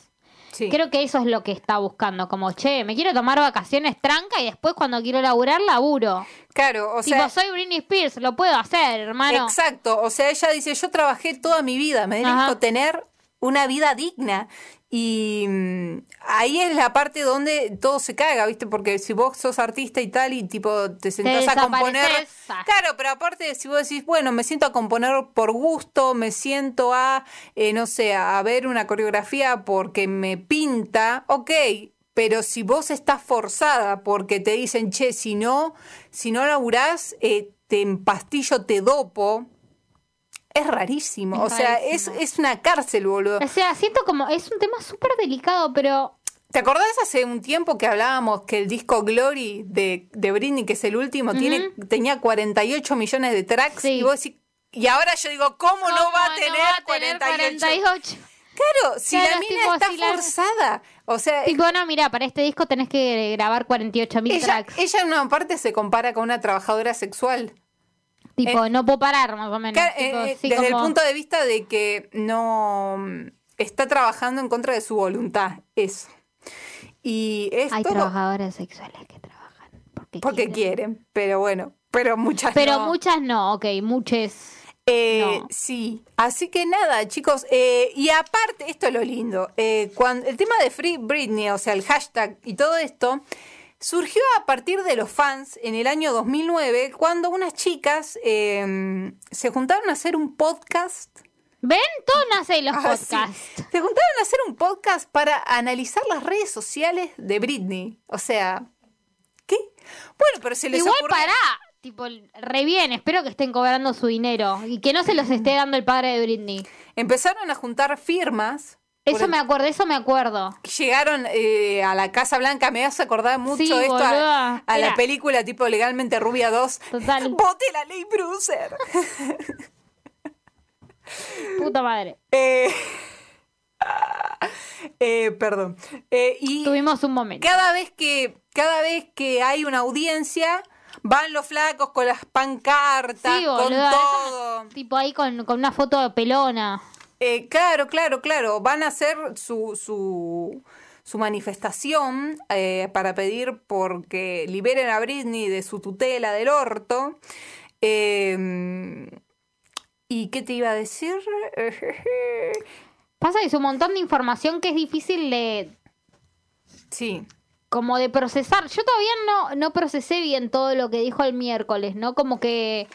S2: sí.
S1: Creo que eso es lo que está buscando. Como, che, me quiero tomar vacaciones tranca y después cuando quiero laburar, laburo.
S2: Claro, o
S1: tipo,
S2: sea,
S1: soy Britney Spears, lo puedo hacer, hermano.
S2: Exacto, o sea, ella dice, yo trabajé toda mi vida, me merezco
S1: Ajá.
S2: tener una vida digna. Y mm, ahí es la parte donde todo se caga, ¿viste? Porque si vos sos artista y tal y tipo te sentás a componer...
S1: desapareces, ah.
S2: Claro, pero aparte si vos decís, bueno, me siento a componer por gusto, me siento a, eh, no sé, a ver una coreografía porque me pinta, ok. Pero si vos estás forzada porque te dicen, che, si no, si no laburás, eh, te empastillo, te dopo, es rarísimo.
S1: Es
S2: o sea,
S1: rarísimo.
S2: Es, es una cárcel, boludo.
S1: O sea, siento como. Es un tema súper delicado, pero.
S2: ¿Te acordás hace un tiempo que hablábamos que el disco Glory de, de Britney, que es el último, tiene, tenía 48 millones de tracks?
S1: Sí.
S2: Y, vos decís- y ahora yo digo, ¿cómo, no
S1: ¿cómo
S2: va a tener,
S1: va a
S2: 48?
S1: 48?
S2: Claro, si la
S1: Claro,
S2: mina
S1: tipo,
S2: está
S1: si la-
S2: forzada. O sea,
S1: Tipo, no, mira, para este disco tenés que grabar 48 mil
S2: ella, eh,
S1: tracks.
S2: ella en una parte se compara con una trabajadora sexual.
S1: tipo, no puedo parar, más o menos.
S2: Claro,
S1: Tipo,
S2: eh, eh,
S1: sí,
S2: desde el
S1: como-
S2: punto de vista de que no mm, está trabajando en contra de su voluntad, eso. Y es
S1: Hay
S2: todo
S1: trabajadoras sexuales que trabajan porque,
S2: porque
S1: quieren.
S2: quieren, pero bueno, pero muchas
S1: ¿eh? Pero
S2: no.
S1: muchas no, ok, muchas.
S2: Eh,
S1: no.
S2: Sí, así que nada, chicos. eh, y aparte, esto es lo lindo, eh, cuan- el tema de Free Britney, o sea, el hashtag y todo esto, Surgió a partir de los fans en el año 2009, cuando unas chicas eh, se juntaron a hacer un podcast.
S1: ¿Ven? Todo nace de los
S2: Ah, sí.
S1: podcasts.
S2: Se juntaron a hacer un podcast para analizar las redes sociales de Britney. O sea, ¿qué? Bueno, pero se les
S1: Igual
S2: ocurrió-
S1: pará. Tipo, re bien, espero que estén cobrando su dinero y que no se los esté dando el padre de Britney. Empezaron
S2: Empezaron a juntar firmas. por
S1: Eso
S2: el-
S1: me acuerdo, eso me acuerdo.
S2: Llegaron eh, a la Casa Blanca, me hace acordar mucho
S1: Sí,
S2: esto a,
S1: boluda.
S2: a la
S1: Era.
S2: película tipo Legalmente Rubia 2.
S1: Total,
S2: ¡Vote la ley Brucer!
S1: puta madre.
S2: Eh, eh, perdón. Eh, y
S1: Tuvimos un momento.
S2: cada vez que cada vez que hay una audiencia van los flacos con las pancartas,
S1: Sí,
S2: con
S1: boluda, eso me-
S2: todo.
S1: Tipo ahí con, con una foto de pelona.
S2: Eh, claro, claro, claro. Van a hacer su, su, su manifestación eh, para pedir porque liberen a Britney de su tutela del orto. Eh, ¿Y qué te iba a decir?
S1: Pasa que es un montón de información que es difícil de
S2: Sí.
S1: como de procesar. Yo todavía no, no procesé bien todo lo que dijo el miércoles, ¿no? Como que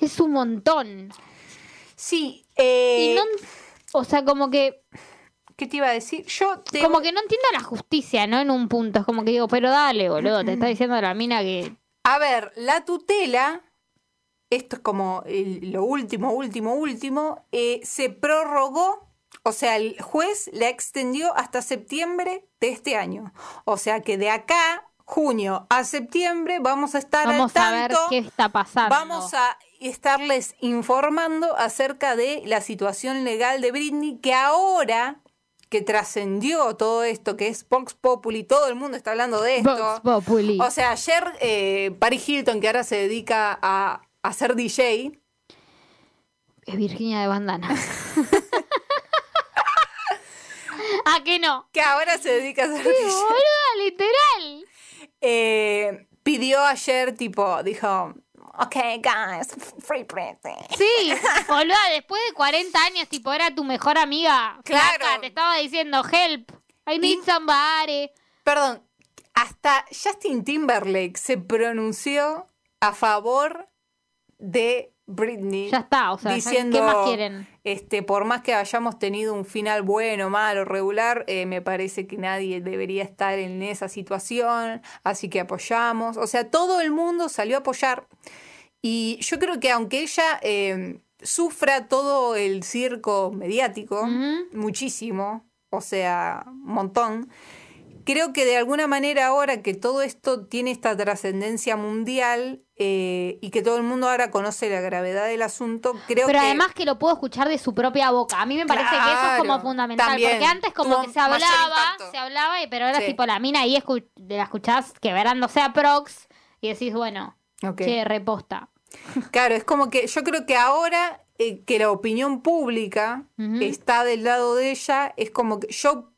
S1: es un montón.
S2: Sí. eh,
S1: y no, o sea, como que
S2: ¿Qué te iba a decir? Yo te...
S1: como que no entiendo la justicia, ¿no? En un punto. Es como que digo, pero dale, boludo, te está diciendo la mina que.
S2: A ver, la tutela, esto es como el- lo último, último, último, eh, se prorrogó, o sea, el juez la extendió hasta septiembre de este año. O sea que de acá, junio a septiembre, vamos a estar al
S1: Vamos a ver
S2: tanto,
S1: qué está pasando.
S2: vamos a estarles informando acerca de la situación legal de Britney, que ahora que trascendió todo esto, que es Vox Populi, todo el mundo está hablando de esto.
S1: Vox Populi.
S2: O sea, ayer eh, Paris Hilton, que ahora se dedica a, a ser DJ,
S1: Es Virginia de Bandana. ¿A que no?
S2: Ah, que ahora se dedica a ser
S1: Sí,
S2: DJ,
S1: boluda, literal.
S2: eh, pidió ayer, tipo, dijo, ok, guys, free Britney.
S1: Sí, boluda, después de 40 años, tipo, era tu mejor amiga.
S2: Claro.
S1: Flaca, te estaba diciendo, help, I need
S2: Y-
S1: somebody.
S2: Perdón, hasta Justin Timberlake se pronunció a favor de Britney.
S1: Ya está, o sea, ya-
S2: diciendo,
S1: ¿qué más quieren?
S2: Este, por más que hayamos tenido un final bueno, malo, regular, eh, me parece que nadie debería estar en esa situación, así que apoyamos. O sea, todo el mundo salió a apoyar. Y yo creo que aunque ella eh, sufra todo el circo mediático,
S1: Ujú.
S2: muchísimo, o sea, un montón, creo que de alguna manera ahora que todo esto tiene esta trascendencia mundial eh, y que todo el mundo ahora conoce la gravedad del asunto, creo
S1: Pero
S2: que...
S1: además que lo puedo escuchar de su propia boca. A mí me parece que eso es
S2: Claro,
S1: como fundamental.
S2: también.
S1: Porque antes como
S2: Tuvo
S1: que se
S2: mayor
S1: hablaba,
S2: impacto.
S1: se hablaba, y- pero ahora
S2: Sí.
S1: tipo la mina ahí escu- la escuchás quebrándose a Prox y decís, bueno,
S2: Ok.
S1: che, reposta.
S2: Claro, es como que yo creo que ahora eh, que la opinión pública
S1: Ujú.
S2: está del lado de ella, es como que yo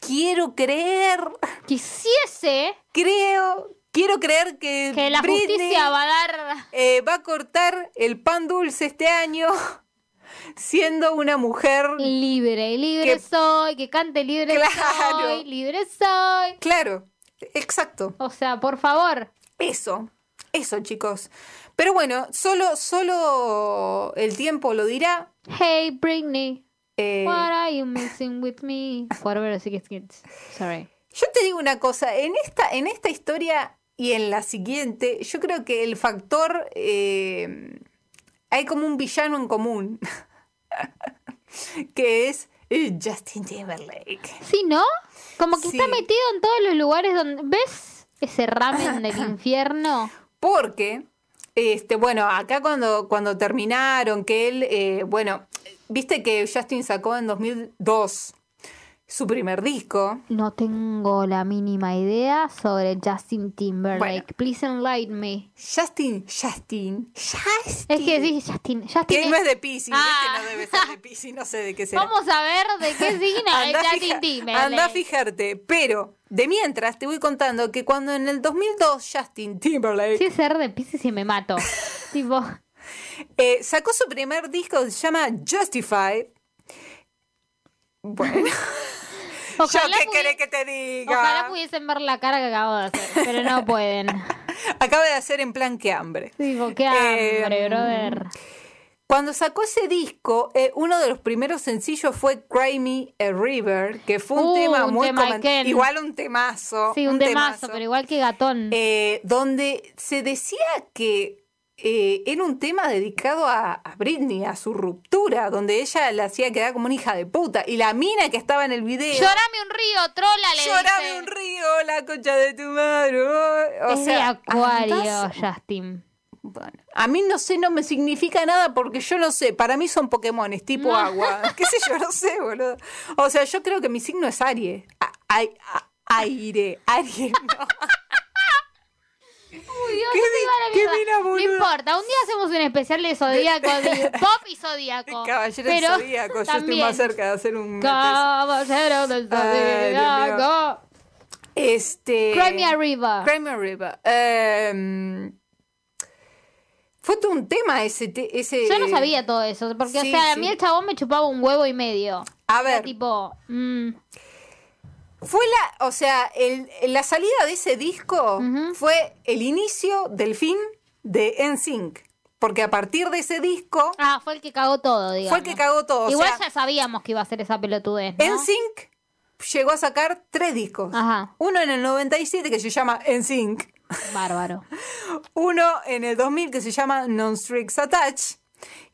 S2: quiero creer,
S1: Quisiese
S2: creo, quiero creer que,
S1: que la
S2: Britney,
S1: justicia va a dar...
S2: eh, va a cortar el pan dulce este año siendo una mujer.
S1: Libre, libre
S2: Que-
S1: soy, que cante libre
S2: Claro.
S1: soy, libre soy.
S2: Claro, exacto.
S1: O sea, por favor.
S2: Eso, eso chicos. Pero bueno, solo, solo el tiempo lo dirá.
S1: Hey Britney,
S2: eh,
S1: what are you missing with me? Whatever the secret kids. Sorry.
S2: Yo te digo una cosa, en esta, en esta historia y en la siguiente, yo creo que el factor eh, hay como un villano en común, que es eh, Justin Timberlake.
S1: Sí, ¿no? Como que está
S2: Sí.
S1: metido en todos los lugares donde. ¿Ves ese ramen del infierno?
S2: Porque, este, bueno, acá cuando, cuando terminaron, que él, eh, bueno, viste que Justin sacó en 2002 su primer disco.
S1: No tengo la mínima idea sobre Justin Timberlake.
S2: Bueno.
S1: Please enlighten me.
S2: Justin, Justin, Justin.
S1: Es que sí, Justin. Justin
S2: Que
S1: es-
S2: no es de Pisces,
S1: Ah.
S2: no debe ser de Pisces, no sé de qué será.
S1: Vamos a ver de qué signo es
S2: Andá a
S1: Justin
S2: fija-
S1: Timberlake.
S2: andá a fijarte, pero de mientras te voy contando que cuando en el 2002 Justin Timberlake
S1: Si es ser de Pisces y me mato. tipo,
S2: eh, sacó su primer disco que se llama Justified, bueno,
S1: Ojalá
S2: ¿Yo qué
S1: pudi-
S2: querés que te diga?
S1: Ojalá pudiesen ver la cara que acabo de hacer, pero no pueden.
S2: Acaba de hacer en plan que hambre.
S1: Digo, qué
S2: Eh,
S1: hambre, brother.
S2: Cuando sacó ese disco, eh, uno de los primeros sencillos fue Cry Me a River, que fue un
S1: Uh,
S2: tema
S1: un
S2: muy
S1: tema
S2: comen-
S1: Ken.
S2: igual oh, un temazo.
S1: Sí, un, temazo, pero igual que gatón.
S2: eh, donde se decía que eh, era un tema dedicado a, a Britney, a su ruptura, donde ella la hacía quedar como una hija de puta. Y la mina que estaba en el video.
S1: Llorame un río, trola, le
S2: Llorame
S1: dice.
S2: un río, la concha de tu madre. oh", O
S1: es
S2: sea,
S1: de acuario,
S2: andás-
S1: Justin.
S2: bueno, a mí no sé, no me significa nada porque yo no sé. Para mí son Pokémones tipo agua. ¿Qué sé yo? No sé, boludo. O sea, yo creo que mi signo es Aries. A- ai- a- aire, Aries. no.
S1: Uy, Dios,
S2: ¿Qué
S1: no te
S2: di-
S1: iba a la
S2: qué
S1: mierda.
S2: mina,
S1: No
S2: boluda?
S1: importa, un día hacemos un especial de Zodíaco, de pop y Zodíaco.
S2: Este Caballero del
S1: Oh, Pero
S2: Zodíaco, yo estoy
S1: también.
S2: más cerca de hacer un.
S1: Caballero del
S2: Ay, Dios mío.
S1: Zodíaco.
S2: Este.
S1: Cry me a river.
S2: Cry me a river. Em, fue todo un tema ese. te- ese
S1: Yo no sabía todo eso, porque
S2: sí,
S1: o sea, a
S2: sí.
S1: mí el chabón me chupaba un huevo y medio.
S2: A
S1: Era
S2: ver,
S1: tipo, mm,
S2: Fue la, o sea, el- la salida de ese disco
S1: Ujú.
S2: fue el inicio del fin de NSYNC. Porque a partir de ese disco
S1: ah, fue el que cagó todo, Ah, digamos.
S2: fue el que cagó todo.
S1: Igual
S2: o sea,
S1: ya sabíamos que iba a ser esa pelotudez, ¿no?
S2: NSYNC llegó a sacar tres discos.
S1: Ajá.
S2: Uno en el 97 que se llama NSYNC.
S1: Bárbaro.
S2: Uno en el 2000 que se llama Non Strings Attached.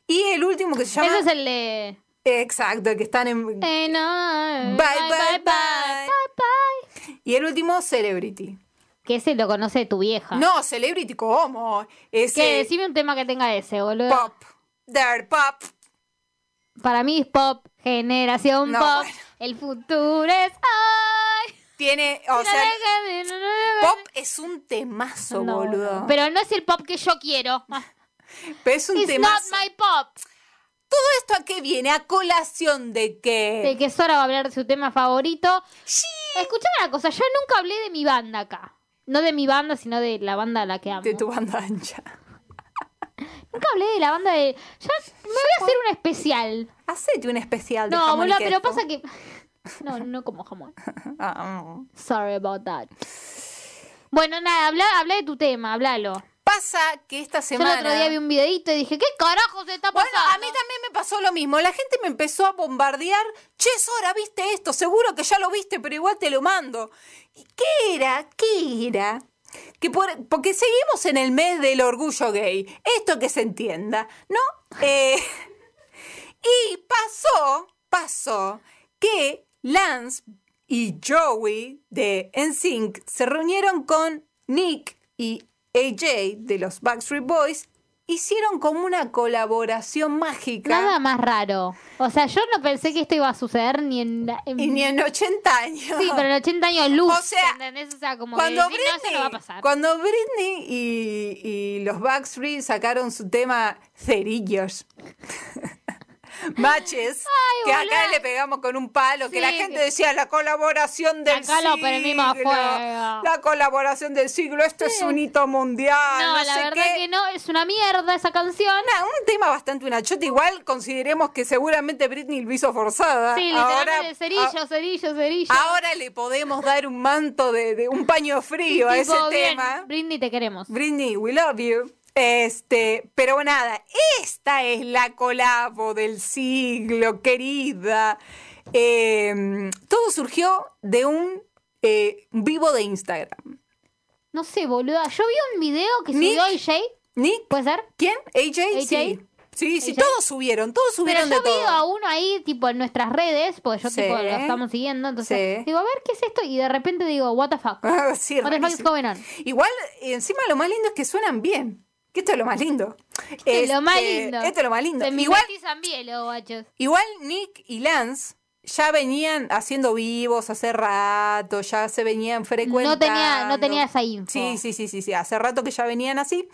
S2: Y el último que se llama...
S1: Ese es el de...
S2: Exacto, que están en...
S1: Eh, no, eh,
S2: Bye, bye, bye.
S1: bye, bye.
S2: Y el último, Celebrity.
S1: Que ese lo conoce tu vieja.
S2: No, Celebrity, ¿cómo?
S1: Que
S2: Ese
S1: decime un tema que tenga ese, boludo.
S2: pop. There, pop.
S1: Para mí es pop, generación
S2: No,
S1: pop.
S2: bueno.
S1: El futuro es ay.
S2: Tiene, o
S1: la
S2: sea,
S1: déjame, no, no, no,
S2: pop es un temazo,
S1: no,
S2: boludo.
S1: no.
S2: pero,
S1: Pero no es el pop que yo quiero.
S2: es un
S1: It's not
S2: temazo.
S1: my pop.
S2: ¿Todo esto a qué viene? ¿A colación de qué?
S1: De que Sora va a hablar de su tema favorito.
S2: Sí.
S1: Escuchame una cosa, yo nunca hablé de mi banda acá. No de mi banda, sino de la banda a la que amo.
S2: De tu banda ancha.
S1: Nunca hablé de la banda de. Ya me voy a hacer un especial.
S2: Hacete un especial de
S1: No,
S2: jamón y
S1: boludo, pero
S2: queso.
S1: pasa que. No, no como jamón.
S2: Ah, mm.
S1: Sorry about that. Bueno, nada, habla, habla de tu tema, háblalo.
S2: Pasa que esta
S1: Yo el
S2: semana...
S1: otro día vi un videito y dije, ¿qué carajo se está
S2: Bueno,
S1: pasando?
S2: a mí también me pasó lo mismo. La gente me empezó a bombardear. Che, Sora, ¿viste esto? Seguro que ya lo viste, pero igual te lo mando. ¿Y qué era? ¿Qué era? Que por- porque seguimos en el mes del orgullo gay. Esto que se entienda, ¿no? Eh, y pasó, pasó, que Lance y Joey de NSYNC se reunieron con Nick y AJ de los Backstreet Boys. Hicieron como una colaboración mágica.
S1: Nada más raro. O sea, yo no pensé que esto iba a suceder ni en... la- en-
S2: Y ni en 80 años.
S1: Sí, pero en 80 años luz.
S2: O sea,
S1: ¿entendés? O sea, como que
S2: Cuando
S1: decís, no, eso
S2: Britney,
S1: no va a pasar.
S2: cuando Britney y, y los Backstreet sacaron su tema Cerillos. Matches. que acá
S1: boluda.
S2: le pegamos con un palo. que la
S1: Sí,
S2: gente
S1: que-
S2: decía la colaboración del
S1: Acá lo
S2: siglo.
S1: prendimos fuego.
S2: La colaboración del siglo. Esto es un hito mundial.
S1: no,
S2: No,
S1: la
S2: sé
S1: verdad
S2: qué.
S1: que no, es una mierda esa canción.
S2: Una- un tema bastante una chota. Igual consideremos que seguramente Britney lo hizo forzada.
S1: Sí,
S2: Ahora- ah,
S1: literalmente, cerillo, cerillo, cerillo.
S2: Ahora le podemos dar un manto de, de- un paño frío a ese
S1: Tipo, bien,
S2: tema.
S1: Britney, te queremos.
S2: Britney, we love you. Este, pero nada, esta es la colabo del siglo, querida. Eh, todo surgió de un eh, vivo de Instagram.
S1: No sé, boluda. Yo vi un video que
S2: Nick.
S1: subió AJ.
S2: Nick,
S1: ¿Puede ser?
S2: ¿quién? AJ,
S1: AJ.
S2: sí. Sí, sí,
S1: AJ.
S2: todos subieron, todos
S1: Pero
S2: subieron
S1: yo
S2: de todo.
S1: vi a uno ahí, tipo, en nuestras redes, porque yo,
S2: Sí.
S1: tipo, lo estamos siguiendo. Entonces,
S2: Sí.
S1: digo, a ver, ¿qué es esto? Y de repente digo, what the fuck. What
S2: Ah, sí,
S1: the fuck is
S2: rarísimo.
S1: going on?
S2: Igual, encima lo más lindo es que suenan bien. Que esto es lo más lindo.
S1: Este es lo más
S2: Este,
S1: lindo.
S2: Esto es lo más lindo.
S1: Se
S2: Igual
S1: mimetizan bien los guachos.
S2: Igual Nick y Lance ya venían haciendo vivos hace rato, ya se venían frecuentando.
S1: No tenía, no tenía esa info.
S2: Sí, sí, sí, sí, sí, hace rato que ya venían así.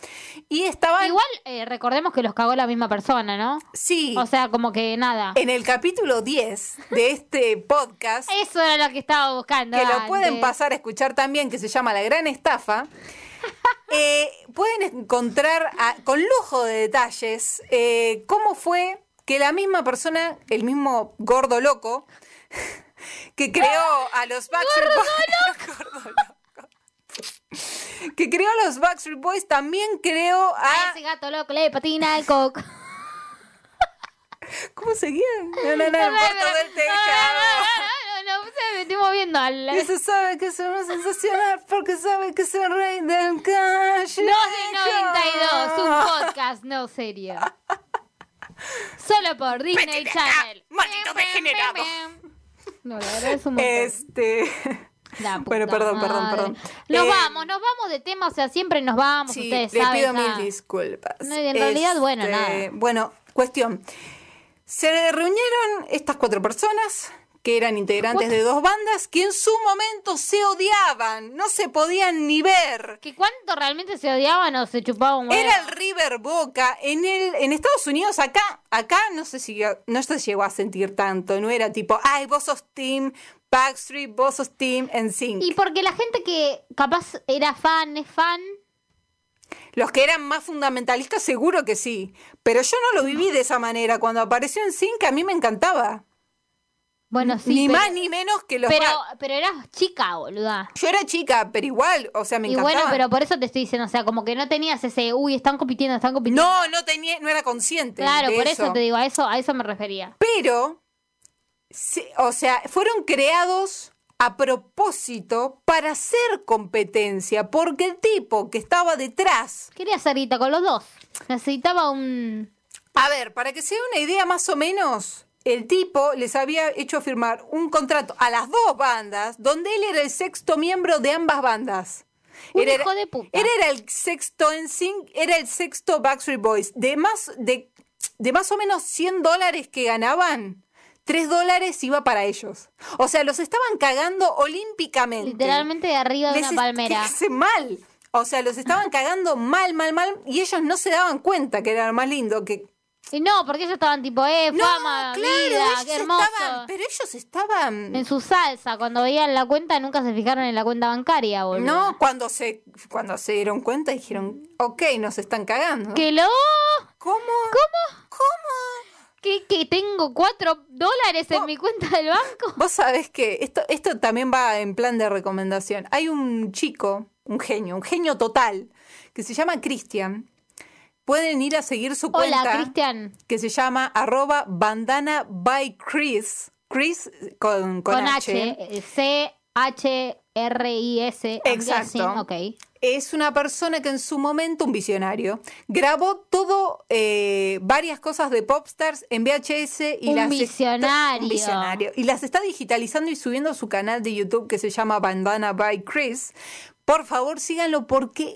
S2: Y estaban,
S1: Igual, eh, recordemos que los cagó la misma persona, ¿no?
S2: sí,
S1: O sea, como que nada.
S2: en el capítulo 10 de este podcast,
S1: Eso era lo que estaba buscando.
S2: que lo
S1: antes.
S2: pueden pasar a escuchar también, que se llama La Gran Estafa, eh, pueden encontrar a- con lujo de detalles eh, cómo fue que la misma persona, el mismo gordo loco, que creó a los Backstreet Boys. Gordo loco. que creó a los Backstreet Boys, también creó
S1: A
S2: a.
S1: ese gato loco le patina el coco.
S2: ¿Cómo seguían? No, no,
S1: No,
S2: no, por
S1: no,
S2: todo el
S1: no,
S2: tejado.
S1: No, no, no, no, no, se me estoy moviendo al...
S2: Y se sabe que son sensacional ah, porque sabe que soy rey del cash. Ah.
S1: No de 92, un podcast no serio. Solo por Disney
S2: Vete de acá,
S1: Channel.
S2: maldito
S1: Pem, pem,
S2: degenerado.
S1: pem, pem. No, la verdad es un montón.
S2: Este.
S1: La puta
S2: Bueno, perdón, perdón,
S1: madre.
S2: perdón.
S1: Nos
S2: Eh,
S1: vamos, nos vamos de tema, o sea, siempre nos vamos,
S2: Sí,
S1: ustedes
S2: le
S1: saben.
S2: pido
S1: ya.
S2: mil disculpas. Este,
S1: No, y en realidad, bueno, nada.
S2: Bueno, cuestión. Se reunieron estas cuatro personas que eran integrantes de dos bandas que en su momento se odiaban, no se podían ni ver.
S1: que cuánto realmente se odiaban o se chupaban un huevo.
S2: Era el River Boca en el en Estados Unidos acá acá no se siguió- no se llegó a sentir tanto no era tipo ay vos sos team Backstreet vos sos team en
S1: Y
S2: sync
S1: porque la gente que capaz era fan, es fan,
S2: los que eran más fundamentalistas seguro que sí pero yo no lo viví de esa manera cuando apareció en sync a mí me encantaba
S1: bueno, sí.
S2: ni
S1: pero,
S2: más ni menos que los
S1: pero,
S2: Back-
S1: pero eras chica, boluda.
S2: yo era chica pero igual o sea me
S1: Y
S2: encantaba
S1: bueno, pero por eso te estoy diciendo, o sea, como que no tenías ese, uy, están compitiendo, están compitiendo.
S2: no no tenía no era consciente
S1: Claro,
S2: de
S1: por eso. te digo, a eso, a eso me refería.
S2: pero, se- o sea, fueron creados a propósito para hacer competencia, porque el tipo que estaba detrás,
S1: Quería hacer guita con los dos. Necesitaba un.
S2: a ver, para que se dé una idea más o menos, el tipo les había hecho firmar un contrato a las dos bandas, donde él era el sexto miembro de ambas bandas.
S1: Un
S2: Él
S1: hijo de puta.
S2: Él era el sexto en sync, era el sexto Backstreet Boys. De más, de, de más o menos 100 dólares que ganaban, 3 dólares iba para ellos. O sea, los estaban cagando olímpicamente.
S1: Literalmente de arriba de una
S2: Les est-
S1: palmera.
S2: hace mal. O sea, los estaban cagando mal, mal, mal. Y ellos no se daban cuenta que era lo más lindo. Que...
S1: Y no, porque ellos estaban tipo, eh,
S2: No,
S1: fama,
S2: claro,
S1: vida,
S2: ellos
S1: qué hermoso.
S2: estaban. Pero ellos estaban.
S1: En su salsa, cuando veían la cuenta, nunca se fijaron en la cuenta bancaria, boludo.
S2: No, cuando se, cuando se dieron cuenta dijeron, ok, nos están cagando.
S1: Que lo.
S2: ¿Cómo? ¿Cómo? ¿Cómo?
S1: Que, que tengo cuatro dólares
S2: Oh.
S1: en mi cuenta del banco.
S2: Vos sabés que esto, esto también va en plan de recomendación. Hay un chico, un genio, un genio total, que se llama Cristian. Pueden ir a seguir su cuenta.
S1: Hola, Cristian.
S2: Que se llama arroba bandana by Chris. Chris con, con,
S1: Con,
S2: H.
S1: H. eh, C-H-R-I-S.
S2: Exacto.
S1: Ok.
S2: Es una persona que en su momento, un visionario, grabó todo, eh, varias cosas de popstars en VHS y
S1: Un
S2: las está-
S1: visionario.
S2: un visionario. Y las está digitalizando y subiendo a su canal de YouTube que se llama Bandana by Chris. Por favor, síganlo porque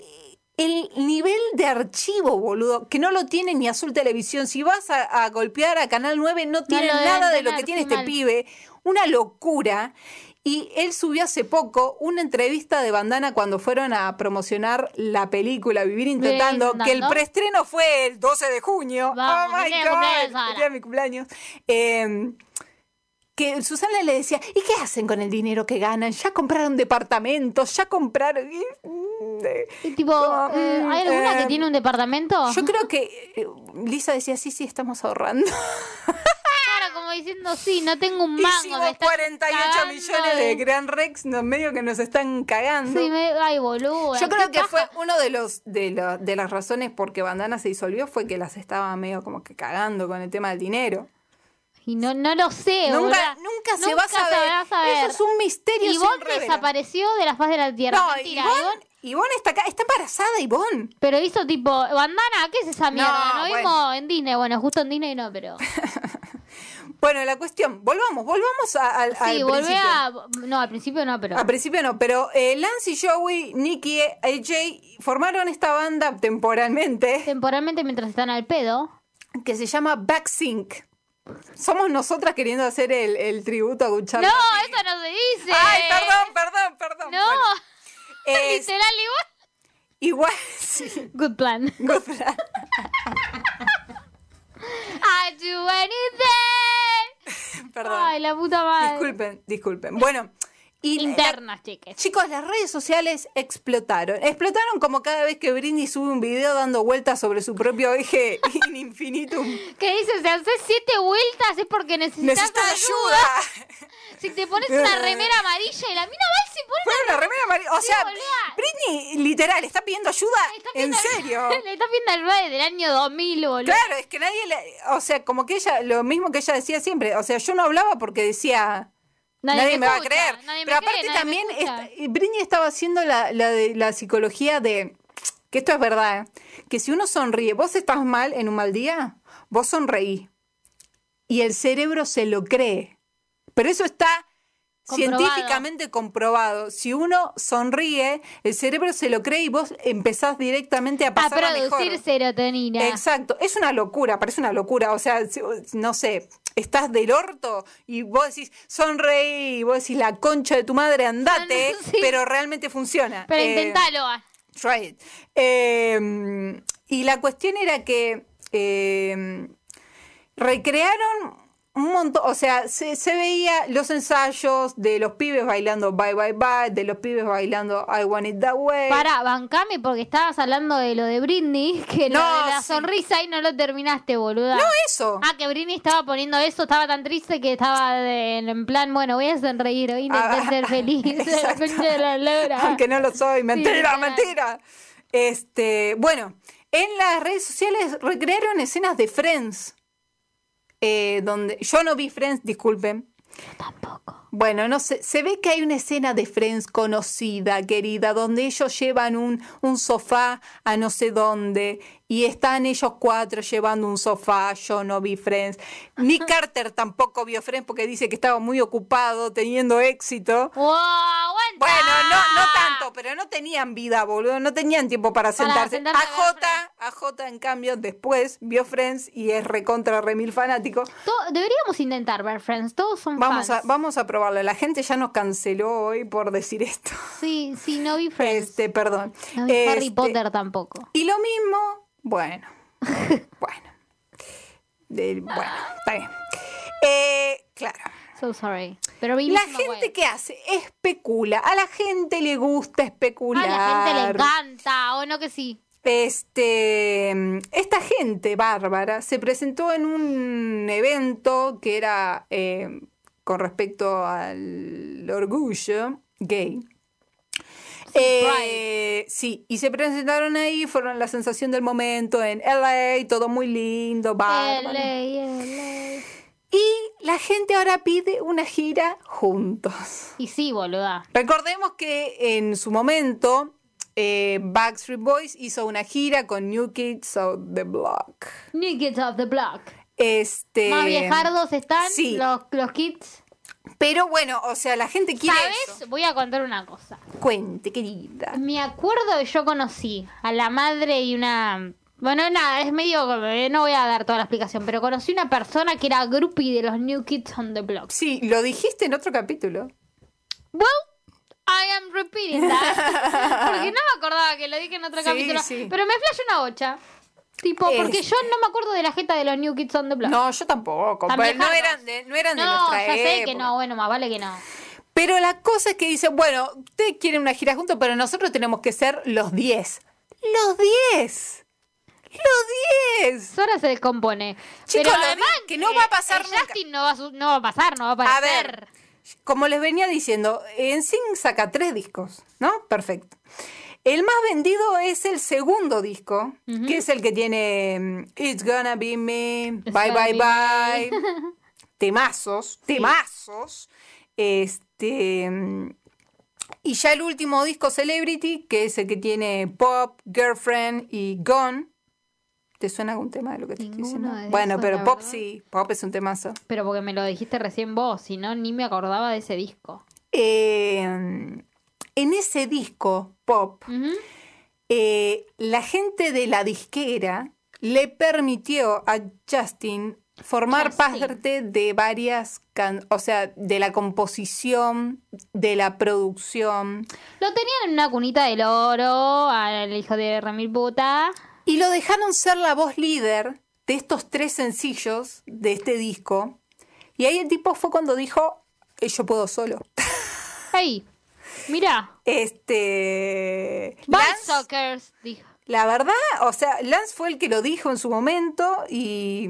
S2: el nivel de archivo, boludo, que no lo tiene ni Azul Televisión. Si vas a, a golpear a Canal 9, no tiene
S1: lo deben
S2: nada de lo
S1: tener,
S2: que tiene
S1: qué
S2: este
S1: mal.
S2: pibe. Una locura. Y él subió hace poco una entrevista de Bandana cuando fueron a promocionar la película Vivir Intentando, que el
S1: Intentando.
S2: preestreno fue el 12 de junio.
S1: Vamos,
S2: ¡Oh,
S1: el
S2: my
S1: día de cumpleaños
S2: God!
S1: ahora.
S2: El día de mi cumpleaños. Eh, que Susana le decía, ¿y qué hacen con el dinero que ganan? Ya compraron departamentos, ya compraron... y, mm, eh".
S1: Y tipo,
S2: Como,
S1: eh, ¿hay
S2: mm,
S1: alguna
S2: eh,
S1: que tiene un departamento?
S2: Yo creo que eh, Lisa decía, sí, sí, estamos ahorrando.
S1: Claro, como diciendo, sí, no tengo un mango. me
S2: Hicimos
S1: están
S2: 48
S1: cagando eh.
S2: millones de Gran Rex, no, medio que nos están cagando.
S1: Sí, me... Ay, boludo.
S2: Yo creo que fue uno de los de, la- de las razones por que Bandana se disolvió fue que las estaba medio como que cagando con el tema del dinero.
S1: Y no, no lo sé,
S2: nunca,
S1: boluda.
S2: nunca se va a saber.
S1: sabrá saber.
S2: Eso es un misterio.
S1: Y
S2: sin
S1: vos
S2: revela.
S1: desapareció de la faz de la tierra.
S2: No,
S1: Mentira,
S2: Ivonne,
S1: Ivonne-
S2: Ivonne está acá, está embarazada Ivonne.
S1: Pero hizo tipo, bandana, ¿qué es esa mierda? No,
S2: bueno.
S1: vimos en Disney, bueno, justo en Disney no, pero.
S2: Bueno, la cuestión, volvamos, volvamos a- al,
S1: Sí,
S2: al
S1: volvé
S2: principio.
S1: a. No, al principio no, pero.
S2: Al principio no, pero eh, Lance y Joey, Nicky, AJ formaron esta banda temporalmente
S1: Temporalmente mientras están al pedo.
S2: que se llama Backsync. Somos nosotras queriendo hacer el, el tributo a
S1: No,
S2: Gucci.
S1: eso no se dice.
S2: Ay, perdón, perdón, perdón.
S1: No,
S2: Bueno, es-
S1: literal igual.
S2: igual, sí,
S1: Good plan.
S2: good plan.
S1: I do anything.
S2: Perdón.
S1: Ay, la puta madre.
S2: Disculpen, disculpen. Bueno, Y la-
S1: Internas, chiques.
S2: Chicos, las redes sociales explotaron. Explotaron como cada vez que Britney sube un video dando vueltas sobre su propio eje in infinitum.
S1: ¿Qué dices? Si haces siete vueltas es porque necesitas
S2: ¡Necesito
S1: ayuda.
S2: ayuda! Eh.
S1: Si te pones una remera amarilla y la mina va y se pone
S2: Fue una remera amarilla. O
S1: Sí,
S2: sea,
S1: boluda.
S2: Britney literal está pidiendo ayuda.
S1: Está
S2: en
S1: pidiendo-
S2: serio.
S1: Le está pidiendo ayuda desde el año 2000, boludo.
S2: Claro, es que nadie le. O sea, como que ella, lo mismo que ella decía siempre. O sea, yo no hablaba porque decía. Nadie, me, va a
S1: escucha,
S2: creer.
S1: nadie me
S2: Pero
S1: cree,
S2: aparte
S1: nadie me
S2: también,
S1: escucha.
S2: esta- eh, Britney estaba haciendo la, la de la psicología de que esto es verdad, ¿eh? que si uno sonríe, vos estás mal en un mal día, vos sonreí. Y el cerebro se lo cree. Pero eso está
S1: Comprobado.
S2: científicamente comprobado. Si uno sonríe, el cerebro se lo cree y vos empezás directamente a
S1: a
S2: pasar
S1: producir serotonina.
S2: Exacto, es una locura, parece una locura. O sea, si- no sé, estás del orto y vos decís, sonreí, y vos decís, la concha de tu madre, andate,
S1: Ah, Sí.
S2: pero realmente funciona.
S1: Pero
S2: Eh,
S1: intentalo. ah.
S2: Try it. Eh, y la cuestión era que eh, recrearon un montón, o sea, se, se veía los ensayos de los pibes bailando Bye Bye Bye, de los pibes bailando I Want It That Way.
S1: Pará, bancame porque estabas hablando de lo de Britney, que lo
S2: No,
S1: de la
S2: sí.
S1: sonrisa y no lo terminaste, boluda.
S2: Eso.
S1: Ah, que Britney estaba poniendo eso, estaba tan triste que estaba de- en plan, bueno, voy a sonreír, voy a intentar
S2: Ah,
S1: ser feliz. De
S2: exacto.
S1: repente lo logra.
S2: Aunque no lo soy, mentira,
S1: total.
S2: mentira. Este, bueno, en las redes sociales recrearon escenas de Friends. eh, donde yo no vi Friends, disculpen.
S1: Tampoco.
S2: Bueno, no sé, se ve que hay una escena de Friends conocida, querida, donde ellos llevan un, un sofá a no sé dónde y están ellos cuatro llevando un sofá, yo no vi Friends. Nick Carter tampoco vio Friends porque dice que estaba muy ocupado teniendo éxito.
S1: ¡Wow! ¡Aguanta!
S2: Bueno, no, no
S1: Ah.
S2: tanto, pero no tenían vida, boludo. No tenían tiempo para sentarse.
S1: sentarse a ver
S2: AJ, AJ, en cambio, después vio Friends y es recontra remil fanático.
S1: To- deberíamos intentar ver Friends, todos son
S2: Vamos a,
S1: fans.
S2: vamos a probarlo. La gente ya nos canceló hoy por decir esto.
S1: Sí, sí, no vi Friends.
S2: Este, perdón.
S1: No vi Harry
S2: Este,
S1: Potter tampoco.
S2: Y lo mismo, bueno. bueno. Del- bueno, está bien. Eh, claro.
S1: So sorry. Pero vi
S2: La
S1: Mismo
S2: gente
S1: Wild.
S2: que hace especula. A la gente le gusta
S1: A
S2: especular.
S1: Ah, la gente le encanta, o no que sí.
S2: Este, esta gente bárbara se presentó en un evento que era eh, con respecto al orgullo gay. Eh, sí, y se presentaron ahí, fueron la sensación del momento en LA, todo muy lindo, bárbaro.
S1: LA, LA.
S2: Y la gente ahora pide una gira juntos.
S1: Y sí, boluda.
S2: Recordemos que en su momento eh, Backstreet Boys hizo una gira con New Kids on the Block.
S1: New Kids of the Block.
S2: Este,
S1: Más viejardos están
S2: sí.
S1: los, los kids.
S2: Pero bueno, o sea, la gente quiere
S1: ¿Sabes?
S2: eso.
S1: Voy a contar una cosa.
S2: Cuente, querida.
S1: Me acuerdo que yo conocí a la madre y una. Bueno, nada, es medio. como- eh, No voy a dar toda la explicación, pero conocí una persona que era groupie de los New Kids on the Block.
S2: Sí, lo dijiste en otro capítulo.
S1: Well, I am repeating that. Porque no me acordaba que lo dije en otro
S2: Sí,
S1: capítulo.
S2: sí.
S1: Pero me flash una bocha. Tipo, porque
S2: Es-
S1: yo no me acuerdo de la jeta de los New Kids on the Block.
S2: No, yo tampoco.
S1: Tan
S2: pero no
S1: viejardos.
S2: eran de, no eran de
S1: No,
S2: nuestra
S1: ya sé que
S2: época.
S1: no. Bueno, más vale que no.
S2: Pero la cosa es que dicen, bueno, ustedes quieren una gira juntos, pero nosotros tenemos que ser los 10. ¡Los 10! ¡Los 10!
S1: Sora se descompone.
S2: Chicos,
S1: pero
S2: lo
S1: además,
S2: vi- que no va a pasar
S1: el Justin no va, a su- no va a pasar, no va a
S2: A
S1: aparecer.
S2: ver, como les venía diciendo, en Sync saca tres discos, ¿no? Perfecto. El más vendido es el segundo disco, que es el que tiene mm, It's Gonna Be Me,
S1: It's
S2: Bye
S1: Gonna Be
S2: Bye Bye, temazos, temazos. Este, mm, y ya el último disco Celebrity, que es el que tiene Pop, Girlfriend y Gone. ¿Te suena algún tema de lo que te estoy
S1: Ninguno
S2: diciendo?
S1: de
S2: Bueno,
S1: esos,
S2: pero
S1: la
S2: Pop
S1: verdad.
S2: sí, Pop es un temazo.
S1: Pero porque me lo dijiste recién vos, si no, ni me acordaba de ese disco.
S2: Eh, en ese disco pop,
S1: Ujú.
S2: eh, la gente de la disquera le permitió a Justin formar
S1: Justin.
S2: parte de varias, can- o sea, de la composición, de la producción,
S1: Lo tenían en una cunita del oro, al hijo de Ramil Puta.
S2: y lo dejaron ser la voz líder de estos tres sencillos de este disco. Y ahí el tipo fue cuando dijo, "Eh, yo puedo solo.
S1: Hey, mira,
S2: Este. Lance-
S1: Buttsuckers, dijo.
S2: La verdad, o sea, Lance fue el que lo dijo en su momento y,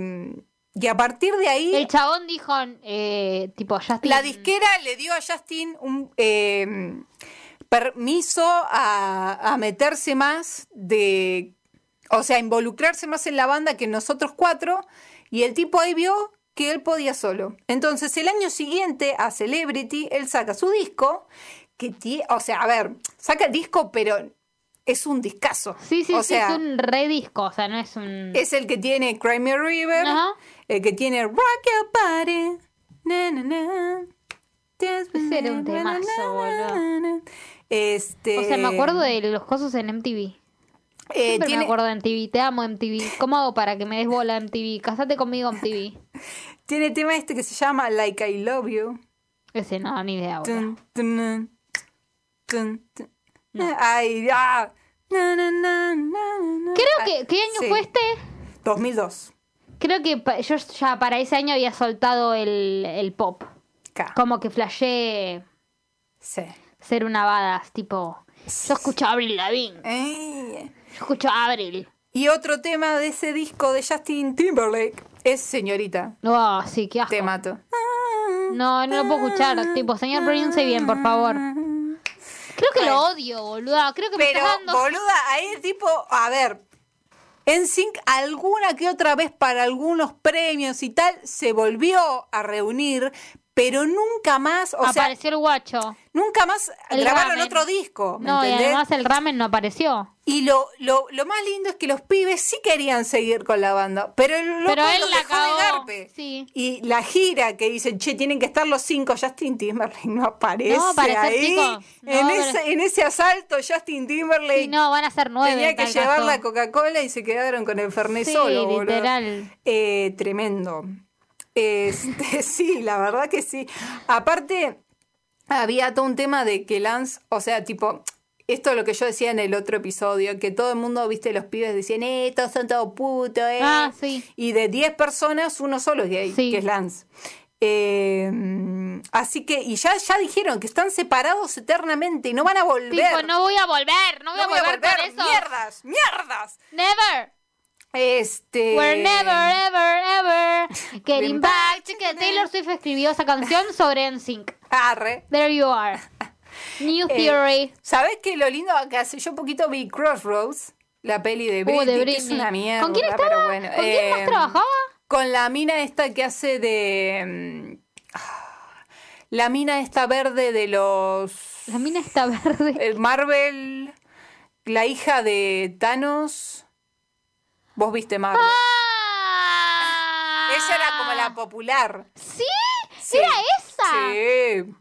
S2: y a partir de ahí
S1: El chabón dijo, eh, tipo, ya estoy
S2: la
S1: en-
S2: disquera le dio a Justin un eh, permiso a, a meterse más de, o sea, involucrarse más en la banda que nosotros cuatro y el tipo ahí vio que él podía solo. Entonces el año siguiente a Celebrity, él saca su disco, que tie- o sea, a ver, saca el disco, pero es un discazo.
S1: Sí, sí,
S2: o
S1: sí,
S2: sea,
S1: es un redisco, o sea, no es un...
S2: es el que tiene Crimea River,
S1: Ajá.
S2: el que tiene Rock Your Body. na, na, na, dance with
S1: Ese era un
S2: me, na, na,
S1: temazo,
S2: na,
S1: boludo.
S2: na. Este,
S1: O sea, me acuerdo de los cosos en MTV.
S2: eh,
S1: Siempre
S2: tiene,
S1: me acuerdo de MTV. Te amo, MTV. ¿Cómo hago para que me des bola, MTV? Casate conmigo, MTV.
S2: tiene tema este que se llama Like I Love You.
S1: Ese no, ni idea. boludo.
S2: Tun, tun, nun, tun, tun. Ay, ah. Na, na, na, na, na.
S1: Creo
S2: Ah,
S1: que... ¿Qué año
S2: sí,
S1: fue este?
S2: 2002.
S1: Creo que pa- yo ya para ese año había soltado el, el pop.
S2: K.
S1: Como que flashé
S2: Sí.
S1: ser una badass, tipo... Yo escuchaba Abril Lavigne.
S2: Ay.
S1: Yo escuchaba Abril.
S2: Y otro tema de ese disco de Justin Timberlake es Señorita.
S1: Oh, sí, qué asco.
S2: Te mato.
S1: No, no lo puedo escuchar. Tipo, señor, pronuncie bien, por favor. Creo que lo odio, boluda. Creo que me
S2: Pero,
S1: estás dando...
S2: boluda, ahí el tipo, a ver, en Sync alguna que otra vez para algunos premios y tal, se volvió a reunir, pero nunca más, o sea,
S1: Apareció el guacho.
S2: nunca más
S1: el
S2: grabaron
S1: ramen.
S2: otro disco, ¿me
S1: No, y
S2: entendés?
S1: además el ramen no apareció.
S2: Y lo, lo, lo más lindo es que los pibes sí querían seguir con la banda, pero el loco
S1: Pero él
S2: los
S1: la
S2: dejó
S1: cagó,
S2: de garpe.
S1: sí.
S2: Y la gira que dicen, che, tienen que estar los cinco, Justin Timberlake no aparece
S1: No va a aparecer,
S2: ahí.
S1: chicos. No,
S2: en,
S1: pero-
S2: ese, en ese asalto, Justin Timberlake
S1: Y no, van a ser nueve.
S2: tenía
S1: en
S2: que
S1: tal
S2: llevar
S1: caso.
S2: la Coca-Cola y se quedaron con el Fernet
S1: Sí,
S2: solo, boludo.
S1: literal.
S2: Eh, tremendo. Este, sí, la verdad que sí. Aparte, había todo un tema de que Lance, o sea, tipo, esto es lo que yo decía en el otro episodio, que todo el mundo, viste, los pibes decían, eh, estos son todos putos, eh.
S1: Ah, sí.
S2: Y de 10 personas, uno solo es gay,
S1: Sí.
S2: que es Lance. Eh, así que, y ya, ya dijeron que están separados eternamente y no van a volver.
S1: Tipo, no voy a volver, no voy,
S2: No
S1: a, volver con eso.
S2: mierdas, mierdas.
S1: Never.
S2: Este.
S1: We're never, ever, ever
S2: Been
S1: getting
S2: back
S1: back. Que Taylor Swift escribió esa canción sobre NSYNC.
S2: Arre.
S1: There you are. New
S2: Eh,
S1: Theory.
S2: ¿Sabés qué? Lo lindo que hace yo poquito vi Crossroads, la peli de
S1: Uh,
S2: Britney,
S1: de
S2: que es
S1: Britney.
S2: una mierda.
S1: ¿Con quién estaba?
S2: pero bueno,
S1: ¿Con quién más
S2: eh,
S1: trabajaba?
S2: Con la mina esta que hace de. mm, ah, La mina esta verde de los.
S1: La mina está verde.
S2: el Marvel. La hija de Thanos. Vos viste Marvel.
S1: Ah.
S2: Ella era como la popular.
S1: ¿Sí?
S2: Sí.
S1: ¿Era esa?
S2: Sí.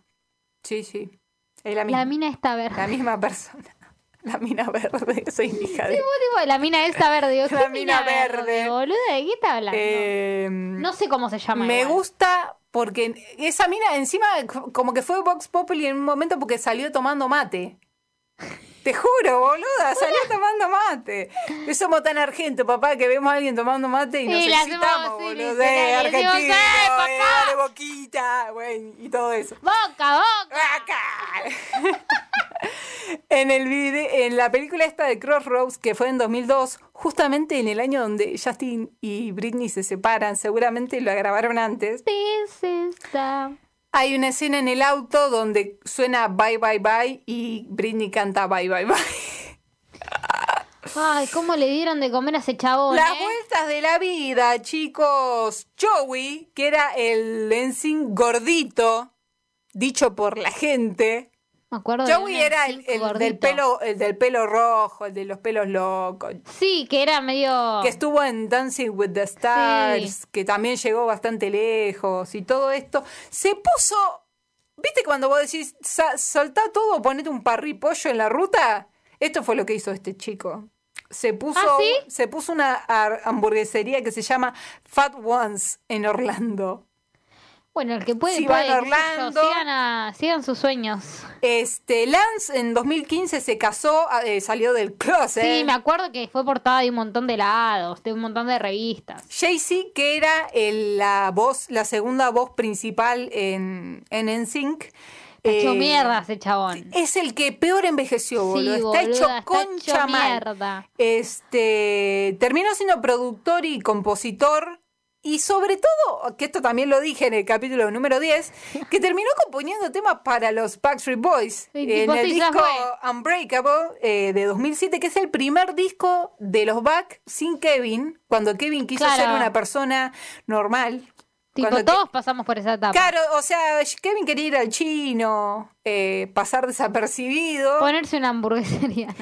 S2: Sí, sí. Es la misma.
S1: La mina está verde.
S2: La misma persona. La mina verde, soy hija de.
S1: Sí, vos tipo, la mina está verde. Digo, ¿qué
S2: La mina verde.
S1: Boluda, ¿de qué está hablando?
S2: Eh,
S1: no sé cómo se llama.
S2: me
S1: igual.
S2: gusta porque esa mina encima co- como que fue Vox Populi en un momento porque salió tomando mate. Te juro, boluda, salió tomando mate. Que somos tan argentos, papá, que vemos a alguien tomando mate y nos
S1: Y le hacemos
S2: excitamos,
S1: así,
S2: boludo.
S1: literal,
S2: Eh,
S1: y decimos,
S2: argentino,
S1: "Eh,
S2: eh,
S1: papá".
S2: dale boquita, güey, y todo eso.
S1: Boca, boca.
S2: Acá. en el vide- en la película esta de Crossroads que fue en 2002, justamente en el año donde Justin y Britney se separan, seguramente lo grabaron antes.
S1: This is the-
S2: Hay una escena en el auto donde suena Bye Bye Bye y Britney canta Bye Bye Bye.
S1: Ay, cómo le dieron de comer a ese chabón,
S2: Las
S1: eh?
S2: vueltas de la vida, chicos. Joey, que era el Lensing gordito, dicho por la gente,
S1: Me acuerdo de
S2: Joey
S1: un
S2: era el,
S1: cinco
S2: el del
S1: gordito.
S2: pelo, el del pelo rojo, el de los pelos locos,
S1: Sí, que era medio...
S2: que estuvo en Dancing with the Stars, que también llegó bastante lejos y todo esto. Se puso, ¿viste cuando vos decís, "Sa- soltá todo, ponete un parripollo en la ruta? Esto fue lo que hizo este chico. Se puso,
S1: ¿Ah, sí?
S2: se puso una ar- hamburguesería que se llama Fat Ones en Orlando.
S1: Bueno, el que puede,
S2: Si
S1: puede.
S2: van
S1: qué sé yo,
S2: Orlando.
S1: sigan, a- sigan sus sueños.
S2: Este, Lance en 2015 se casó, eh, salió del closet.
S1: Sí, me acuerdo que fue portada de un montón de helados, de un montón de revistas.
S2: Jay-Z, que era el- la voz, la segunda voz principal en, en NSYNC,
S1: Está hecho
S2: Eh,
S1: mierda ese chabón.
S2: Es el que peor envejeció, boludo.
S1: Sí,
S2: está hecho
S1: boluda, está
S2: concha
S1: hecho
S2: mal.
S1: mierda.
S2: Este, terminó siendo productor y compositor. Y sobre todo, que esto también lo dije en el capítulo número 10, que terminó componiendo temas para los Backstreet Boys
S1: Sí,
S2: en
S1: tipo,
S2: el
S1: sí, ya
S2: disco Unbreakable eh, de 2007, que es el primer disco de los Back sin Kevin, cuando Kevin quiso
S1: Claro.
S2: ser una persona normal.
S1: Tipo,
S2: Cuando
S1: todos pasamos por esa etapa.
S2: Claro, o sea, Kevin quería ir al chino, eh, pasar desapercibido.
S1: Ponerse una hamburguesería.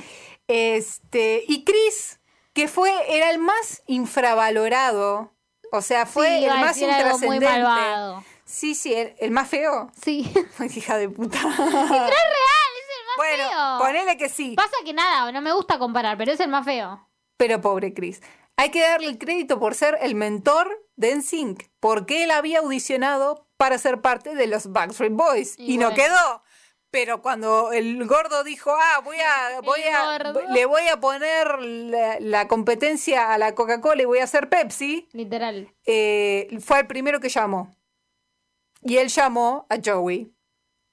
S2: Este, y Chris, que fue, era el más infravalorado. O sea, fue
S1: Sí,
S2: el
S1: iba a
S2: más
S1: decir algo muy
S2: intrascendente.
S1: malvado.
S2: sí, sí, el, el más feo.
S1: Sí. es
S2: Hija de puta.
S1: real, es el más
S2: bueno,
S1: feo.
S2: ponele que sí.
S1: Pasa que nada, no me gusta comparar, pero es el más feo.
S2: Pero pobre Chris. Hay que darle el crédito por ser el mentor de NSYNC, porque él había audicionado para ser parte de los Backstreet Boys y,
S1: Y
S2: no
S1: bueno.
S2: quedó. Pero cuando el gordo dijo, ah, voy a, voy
S1: El
S2: a,
S1: gordo.
S2: le voy a poner la, la competencia a la Coca-Cola y voy a hacer Pepsi,
S1: Literal.
S2: eh, fue el primero que llamó. Y él llamó a Joey.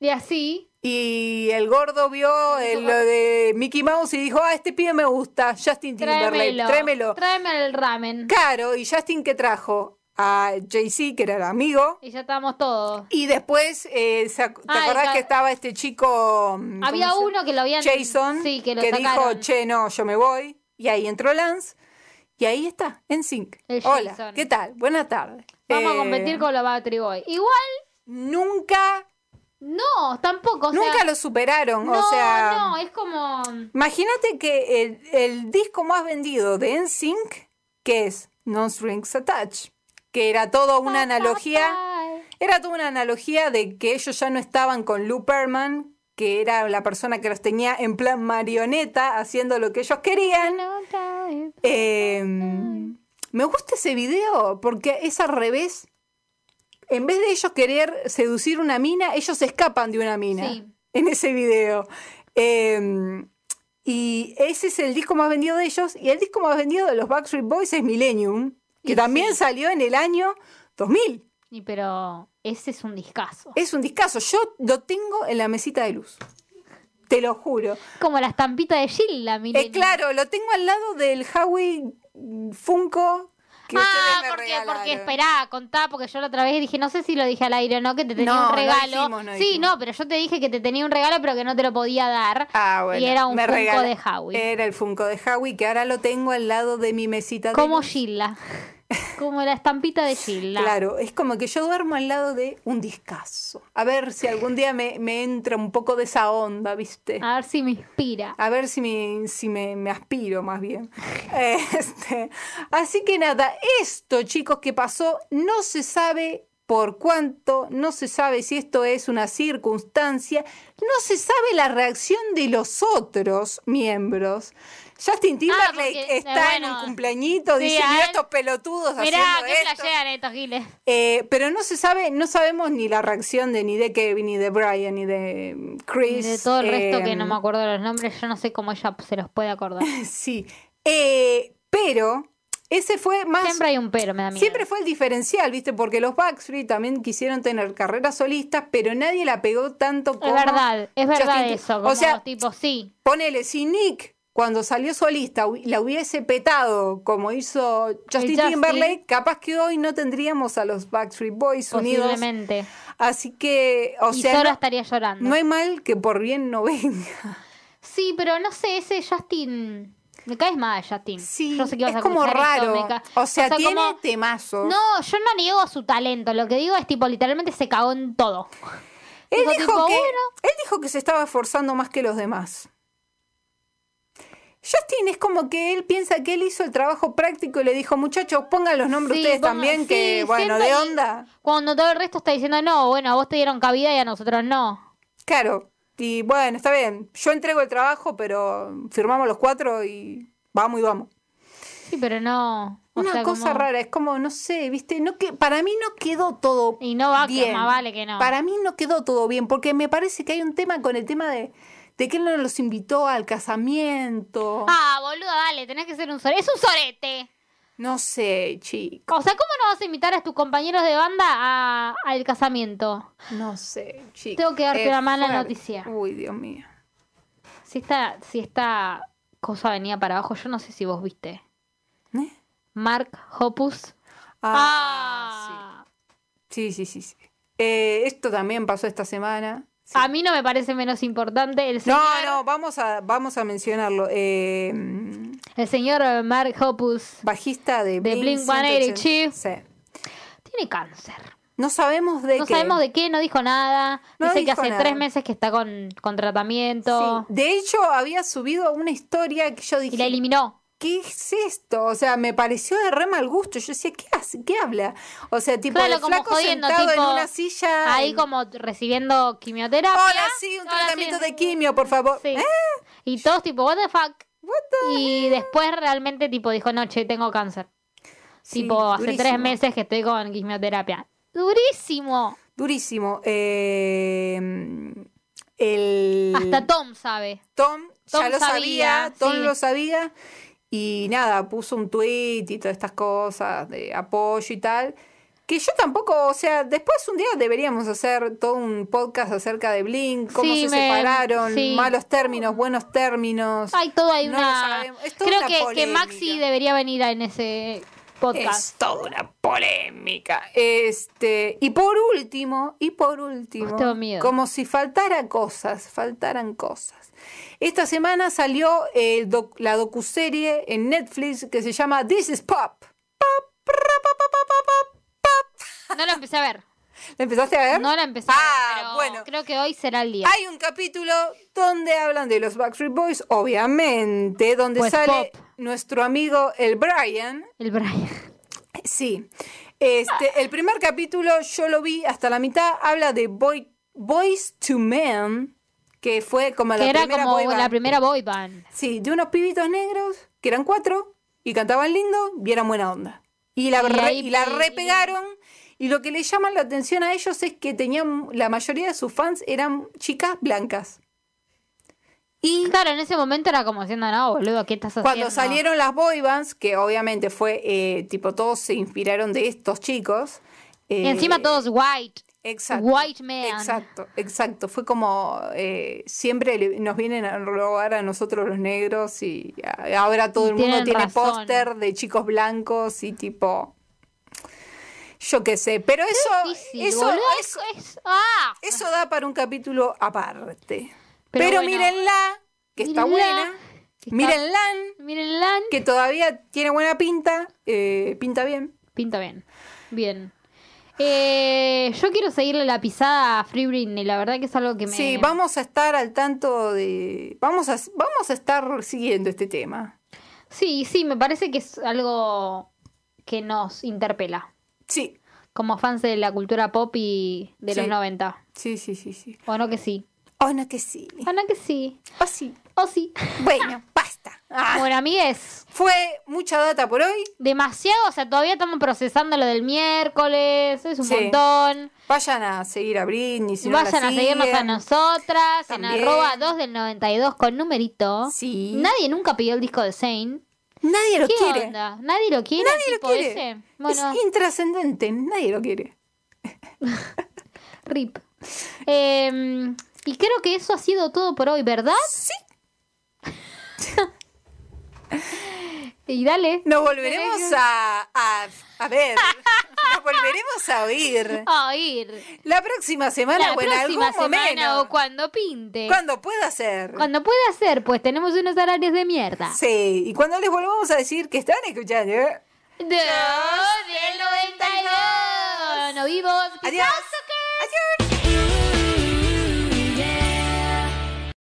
S1: Y así,
S2: Y el gordo vio
S1: Hizo
S2: eh,
S1: como-
S2: lo de Mickey Mouse y dijo, ah, este pibe me gusta, Justin Timberlake,
S1: tráemelo.
S2: tráemelo.
S1: Tráeme el ramen.
S2: Caro y Justin que trajo a Jay-Z, que era el amigo.
S1: Y ya estamos todos.
S2: Y después, eh, ¿se ac- ¿te
S1: Ah, el
S2: acordás
S1: ca-
S2: que estaba este chico? mm, ¿cómo
S1: Había
S2: se-
S1: uno que lo habían...
S2: Jason,
S1: Sí, que
S2: que,
S1: lo
S2: dijo,
S1: sacaron.
S2: che, no, yo me voy. Y ahí entró Lance. Y ahí está, en sync.
S1: El
S2: Hola,
S1: Jason.
S2: ¿qué tal? Buenas tardes.
S1: Vamos
S2: Eh,
S1: a competir con los Battery Boy. Igual,
S2: Nunca,
S1: no, tampoco. o sea,
S2: nunca lo superaron.
S1: no,
S2: o sea,
S1: no, es como...
S2: imagínate que el, el disco más vendido de NSYNC, que es Non Strings Attached, que era toda una analogía... Era toda una analogía de que ellos ya no estaban con Lou Perman, que era la persona que los tenía en plan marioneta, haciendo lo que ellos querían. Eh, me gusta ese video porque es al revés. En vez de ellos querer seducir una mina, ellos escapan de una mina
S1: Sí.
S2: en ese video. Eh, y ese es el disco más vendido de ellos. Y el disco más vendido de los Backstreet Boys es Millennium, que
S1: Y
S2: también
S1: sí.
S2: salió en el año 2000.
S1: Y pero ese es un discazo.
S2: Es un discazo. Yo lo tengo en la mesita de luz. Te lo juro.
S1: Como la estampita de Jill, la
S2: Es claro, lo tengo al lado del Howie Funko que
S1: ah,
S2: ustedes me
S1: porque,
S2: regalaron.
S1: porque esperá, contá, porque yo la otra vez dije, no sé si lo dije al aire o no, que te tenía
S2: No,
S1: un
S2: no
S1: regalo.
S2: dijimos, no
S1: sí,
S2: dijimos.
S1: no, pero yo te dije que te tenía un regalo, pero que no te lo podía dar.
S2: Ah, bueno.
S1: y era un
S2: me
S1: Funko
S2: regala-
S1: de Howie.
S2: Era el Funko de Howie que ahora lo tengo al lado de mi mesita de
S1: como
S2: luz.
S1: Gilla. Como la estampita de Gilla.
S2: Claro, es como que yo duermo al lado de un discazo. A ver si algún día me, me entra un poco de esa onda, ¿viste?
S1: A ver si me inspira.
S2: A ver si me, si me, me aspiro más bien. Este, así que nada, esto chicos que pasó no se sabe por cuánto, no se sabe si esto es una circunstancia, no se sabe la reacción de los otros miembros. Justin Timberlake
S1: porque, eh,
S2: está en
S1: bueno.
S2: un cumpleañito
S1: Sí,
S2: diciendo
S1: a
S2: "Mirá
S1: ver.
S2: estos pelotudos
S1: Mirá,
S2: haciendo
S1: qué
S2: esto.
S1: flashean estos giles.
S2: Eh, pero no se sabe, no sabemos ni la reacción de ni de Kevin, ni de Brian, ni de mm, Chris.
S1: De todo el resto que
S2: em,
S1: no me acuerdo los nombres, yo no sé cómo ella se los puede acordar.
S2: Sí. Eh, pero ese fue más.
S1: Siempre hay un pero, me da miedo.
S2: Ah, siempre fue el diferencial, ¿viste? Porque los Backstreet también quisieron tener carreras solistas, pero nadie la pegó tanto como.
S1: es verdad, es verdad
S2: Justin-
S1: eso.
S2: o
S1: o
S2: sea-
S1: sea, tipo, sí,
S2: Ponele, si Nick, cuando salió solista, hu- la hubiese petado como hizo Justin,
S1: Justin.
S2: Timberlake, capaz que hoy no tendríamos a los Backstreet Boys unidos.
S1: posiblemente.
S2: Así que, o
S1: y
S2: sea.
S1: Sora
S2: no-
S1: estaría llorando.
S2: no hay mal que por bien no venga.
S1: Sí, pero no sé, ese Justin. Me caes mal, Justin.
S2: Sí,
S1: Yo sé que vas
S2: es
S1: a
S2: como
S1: escuchar esto,
S2: raro.
S1: me ca-
S2: o sea, tiene
S1: como-
S2: temazos.
S1: No, yo no niego su talento. Lo que digo es, tipo, literalmente se cagó en todo.
S2: Él
S1: Digo,
S2: dijo,
S1: tipo,
S2: que,
S1: bueno.
S2: él dijo que se estaba esforzando más que los demás. Justin es como que él piensa que él hizo el trabajo práctico y le dijo, muchachos, pongan los nombres
S1: Sí,
S2: ustedes
S1: ponga-
S2: también,
S1: sí,
S2: que bueno,
S1: siempre
S2: de
S1: hay-
S2: onda.
S1: Cuando todo el resto está diciendo, no, bueno, a vos te dieron cabida y a nosotros no.
S2: Claro, y bueno, está bien, yo entrego el trabajo, pero firmamos los cuatro y vamos y vamos.
S1: Sí, pero no. o
S2: Una
S1: sea,
S2: cosa
S1: como-
S2: rara, es como, no sé, viste, no que, para mí no quedó todo
S1: Y no va,
S2: bien.
S1: que más vale que no.
S2: Para mí no quedó todo bien, porque me parece que hay un tema con el tema de, de que él no los invitó al casamiento.
S1: Ah, boludo, dale, tenés que ser un sorete. Es un sorete.
S2: No sé, chico.
S1: O sea, ¿cómo no vas a invitar a tus compañeros de banda a- al casamiento?
S2: No sé, chico.
S1: Tengo que darte
S2: Es
S1: una mala
S2: fuerte.
S1: noticia.
S2: Uy, Dios mío.
S1: Si esta, si esta cosa venía para abajo, yo no sé si vos viste.
S2: ¿Eh?
S1: Mark Hoppus.
S2: Ah, sí. Sí, sí, sí. sí. Eh, esto también pasó esta semana. Sí.
S1: A mí no me parece menos importante el señor,
S2: No, no, vamos a, vamos a mencionarlo. Eh, mm,
S1: el señor eh, Mark Hoppus.
S2: bajista de,
S1: De Blink
S2: 182.
S1: 182.
S2: Sí.
S1: Tiene cáncer.
S2: No sabemos de
S1: No
S2: qué.
S1: sabemos de qué, no dijo nada.
S2: No
S1: Dice que
S2: dijo
S1: hace
S2: nada.
S1: tres meses que está con, con tratamiento.
S2: Sí. De hecho, había subido una historia que yo
S1: Y la
S2: dije,
S1: eliminó.
S2: ¿qué es esto? O sea, me pareció de re mal gusto. Yo decía, ¿qué hace? ¿Qué habla? O sea, tipo,
S1: Claro,
S2: el
S1: como
S2: flaco
S1: jodiendo,
S2: sentado
S1: tipo,
S2: en una silla.
S1: Ahí
S2: en-
S1: como recibiendo quimioterapia.
S2: Hola, sí, un
S1: Hola,
S2: tratamiento
S1: sí.
S2: de quimio, por favor.
S1: Sí.
S2: ¿Eh?
S1: Y todos tipo, what the fuck.
S2: What the-
S1: Y después realmente tipo dijo, no, che, tengo cáncer.
S2: Sí,
S1: tipo, hace tres
S2: durísimo,
S1: meses que estoy con quimioterapia. Durísimo.
S2: Durísimo. Eh, el...
S1: Hasta Tom sabe.
S2: Tom,
S1: Tom
S2: ya lo
S1: sabía,
S2: sabía, Tom
S1: sí.
S2: lo sabía. Y nada, puso un tweet y todas estas cosas de apoyo y tal. Que yo tampoco, o sea, después un día deberíamos hacer todo un podcast acerca de Blink, cómo
S1: Sí,
S2: se
S1: me-
S2: separaron,
S1: sí.
S2: malos términos, buenos términos.
S1: Hay todo, hay
S2: No lo
S1: una...
S2: sabemos. Es toda
S1: Creo
S2: una
S1: que, que Maxi
S2: polémica.
S1: debería venir en ese podcast.
S2: Es toda una polémica. Este, y por último, y por último,
S1: Uf, tengo miedo.
S2: como si faltara cosas, faltaran cosas. Esta semana salió eh, el doc- la docuserie en Netflix que se llama This is Pop.
S1: No lo empecé a ver.
S2: ¿La empezaste a ver?
S1: No la empecé
S2: ¿Em? Ah,
S1: a ver. pero
S2: bueno.
S1: Creo que hoy será el día.
S2: Hay un capítulo donde hablan de los Backstreet Boys, obviamente, donde
S1: Pues
S2: sale
S1: pop.
S2: nuestro amigo el Brian.
S1: El Brian.
S2: Sí. Este, el primer capítulo yo lo vi hasta la mitad, habla de boy, Boys to Men, que fue como la
S1: que era
S2: primera
S1: como
S2: boy band.
S1: la primera boy band.
S2: Sí, de unos pibitos negros, que eran cuatro, y cantaban lindo, y eran buena onda. Y la,
S1: Y
S2: re-
S1: ahí-
S2: y la repegaron, y lo que le llaman la atención a ellos es que tenían, la mayoría de sus fans eran chicas blancas. Y
S1: Claro, en ese momento era como diciendo, no, boludo, ¿qué estás haciendo?
S2: cuando salieron las boy bands, que obviamente fue, eh, tipo, todos se inspiraron de estos chicos.
S1: Y
S2: eh,
S1: encima todos white.
S2: Exacto.
S1: White man.
S2: Exacto, exacto. Fue como eh, siempre le- nos vienen a robar a nosotros los negros y a- ahora todo el mundo
S1: Tienen
S2: tiene
S1: razón.
S2: póster de chicos blancos y tipo. Yo qué sé, pero eso,
S1: Difícil,
S2: eso,
S1: boludo,
S2: eso,
S1: es- ah,
S2: eso da para un capítulo aparte.
S1: Pero
S2: Pero,
S1: bueno.
S2: mírenla, que está
S1: Mírenla,
S2: buena.
S1: que está-
S2: Mírenla,
S1: Mírenla.
S2: que todavía tiene buena pinta. eh, pinta bien.
S1: Pinta bien. Bien. Eh, yo quiero seguirle la pisada a Free Britney. La verdad que es algo que me.
S2: Sí, vamos a estar al tanto de. Vamos a, vamos a estar siguiendo este tema.
S1: Sí, sí, me parece que es algo que nos interpela.
S2: Sí,
S1: Como fans de la cultura pop y de los
S2: Sí.
S1: 90.
S2: sí, sí, sí, sí.
S1: ¿O no que sí?
S2: Oh, no que sí.
S1: ¿O no que Ah, sí?
S2: Oh, sí.
S1: ¿O sí?
S2: Bueno, basta. Ah.
S1: Bueno, amigues,
S2: Fue mucha data por hoy.
S1: demasiado. O sea, todavía estamos procesando lo del miércoles. Es un
S2: Sí.
S1: montón.
S2: Vayan a seguir a Britney. Si no la
S1: Vayan a seguirnos a
S2: siguen.
S1: nosotras en
S2: También.
S1: arroba 2 del 92 con numerito.
S2: Sí.
S1: Nadie nunca pidió el disco de Zane.
S2: Nadie lo
S1: ¿Qué
S2: quiere.
S1: onda? ¿Nadie lo quiere?
S2: Nadie lo
S1: tipo
S2: quiere.
S1: ese? Bueno,
S2: Es intrascendente. Nadie lo quiere.
S1: rip. Eh, y creo que eso ha sido todo por hoy, ¿verdad?
S2: Sí.
S1: Y dale.
S2: Nos volveremos a, a, a ver. Nos volveremos a oír.
S1: A ir.
S2: La próxima semana
S1: La
S2: o en
S1: próxima
S2: algún
S1: semana o
S2: momento.
S1: cuando pinte.
S2: Cuando pueda ser.
S1: Cuando pueda ser, pues tenemos unos horarios de mierda.
S2: Sí. Y cuando les volvamos a decir que están escuchando. ¿eh?
S1: Dos del 92. No vivos.
S2: Adiós. Adiós.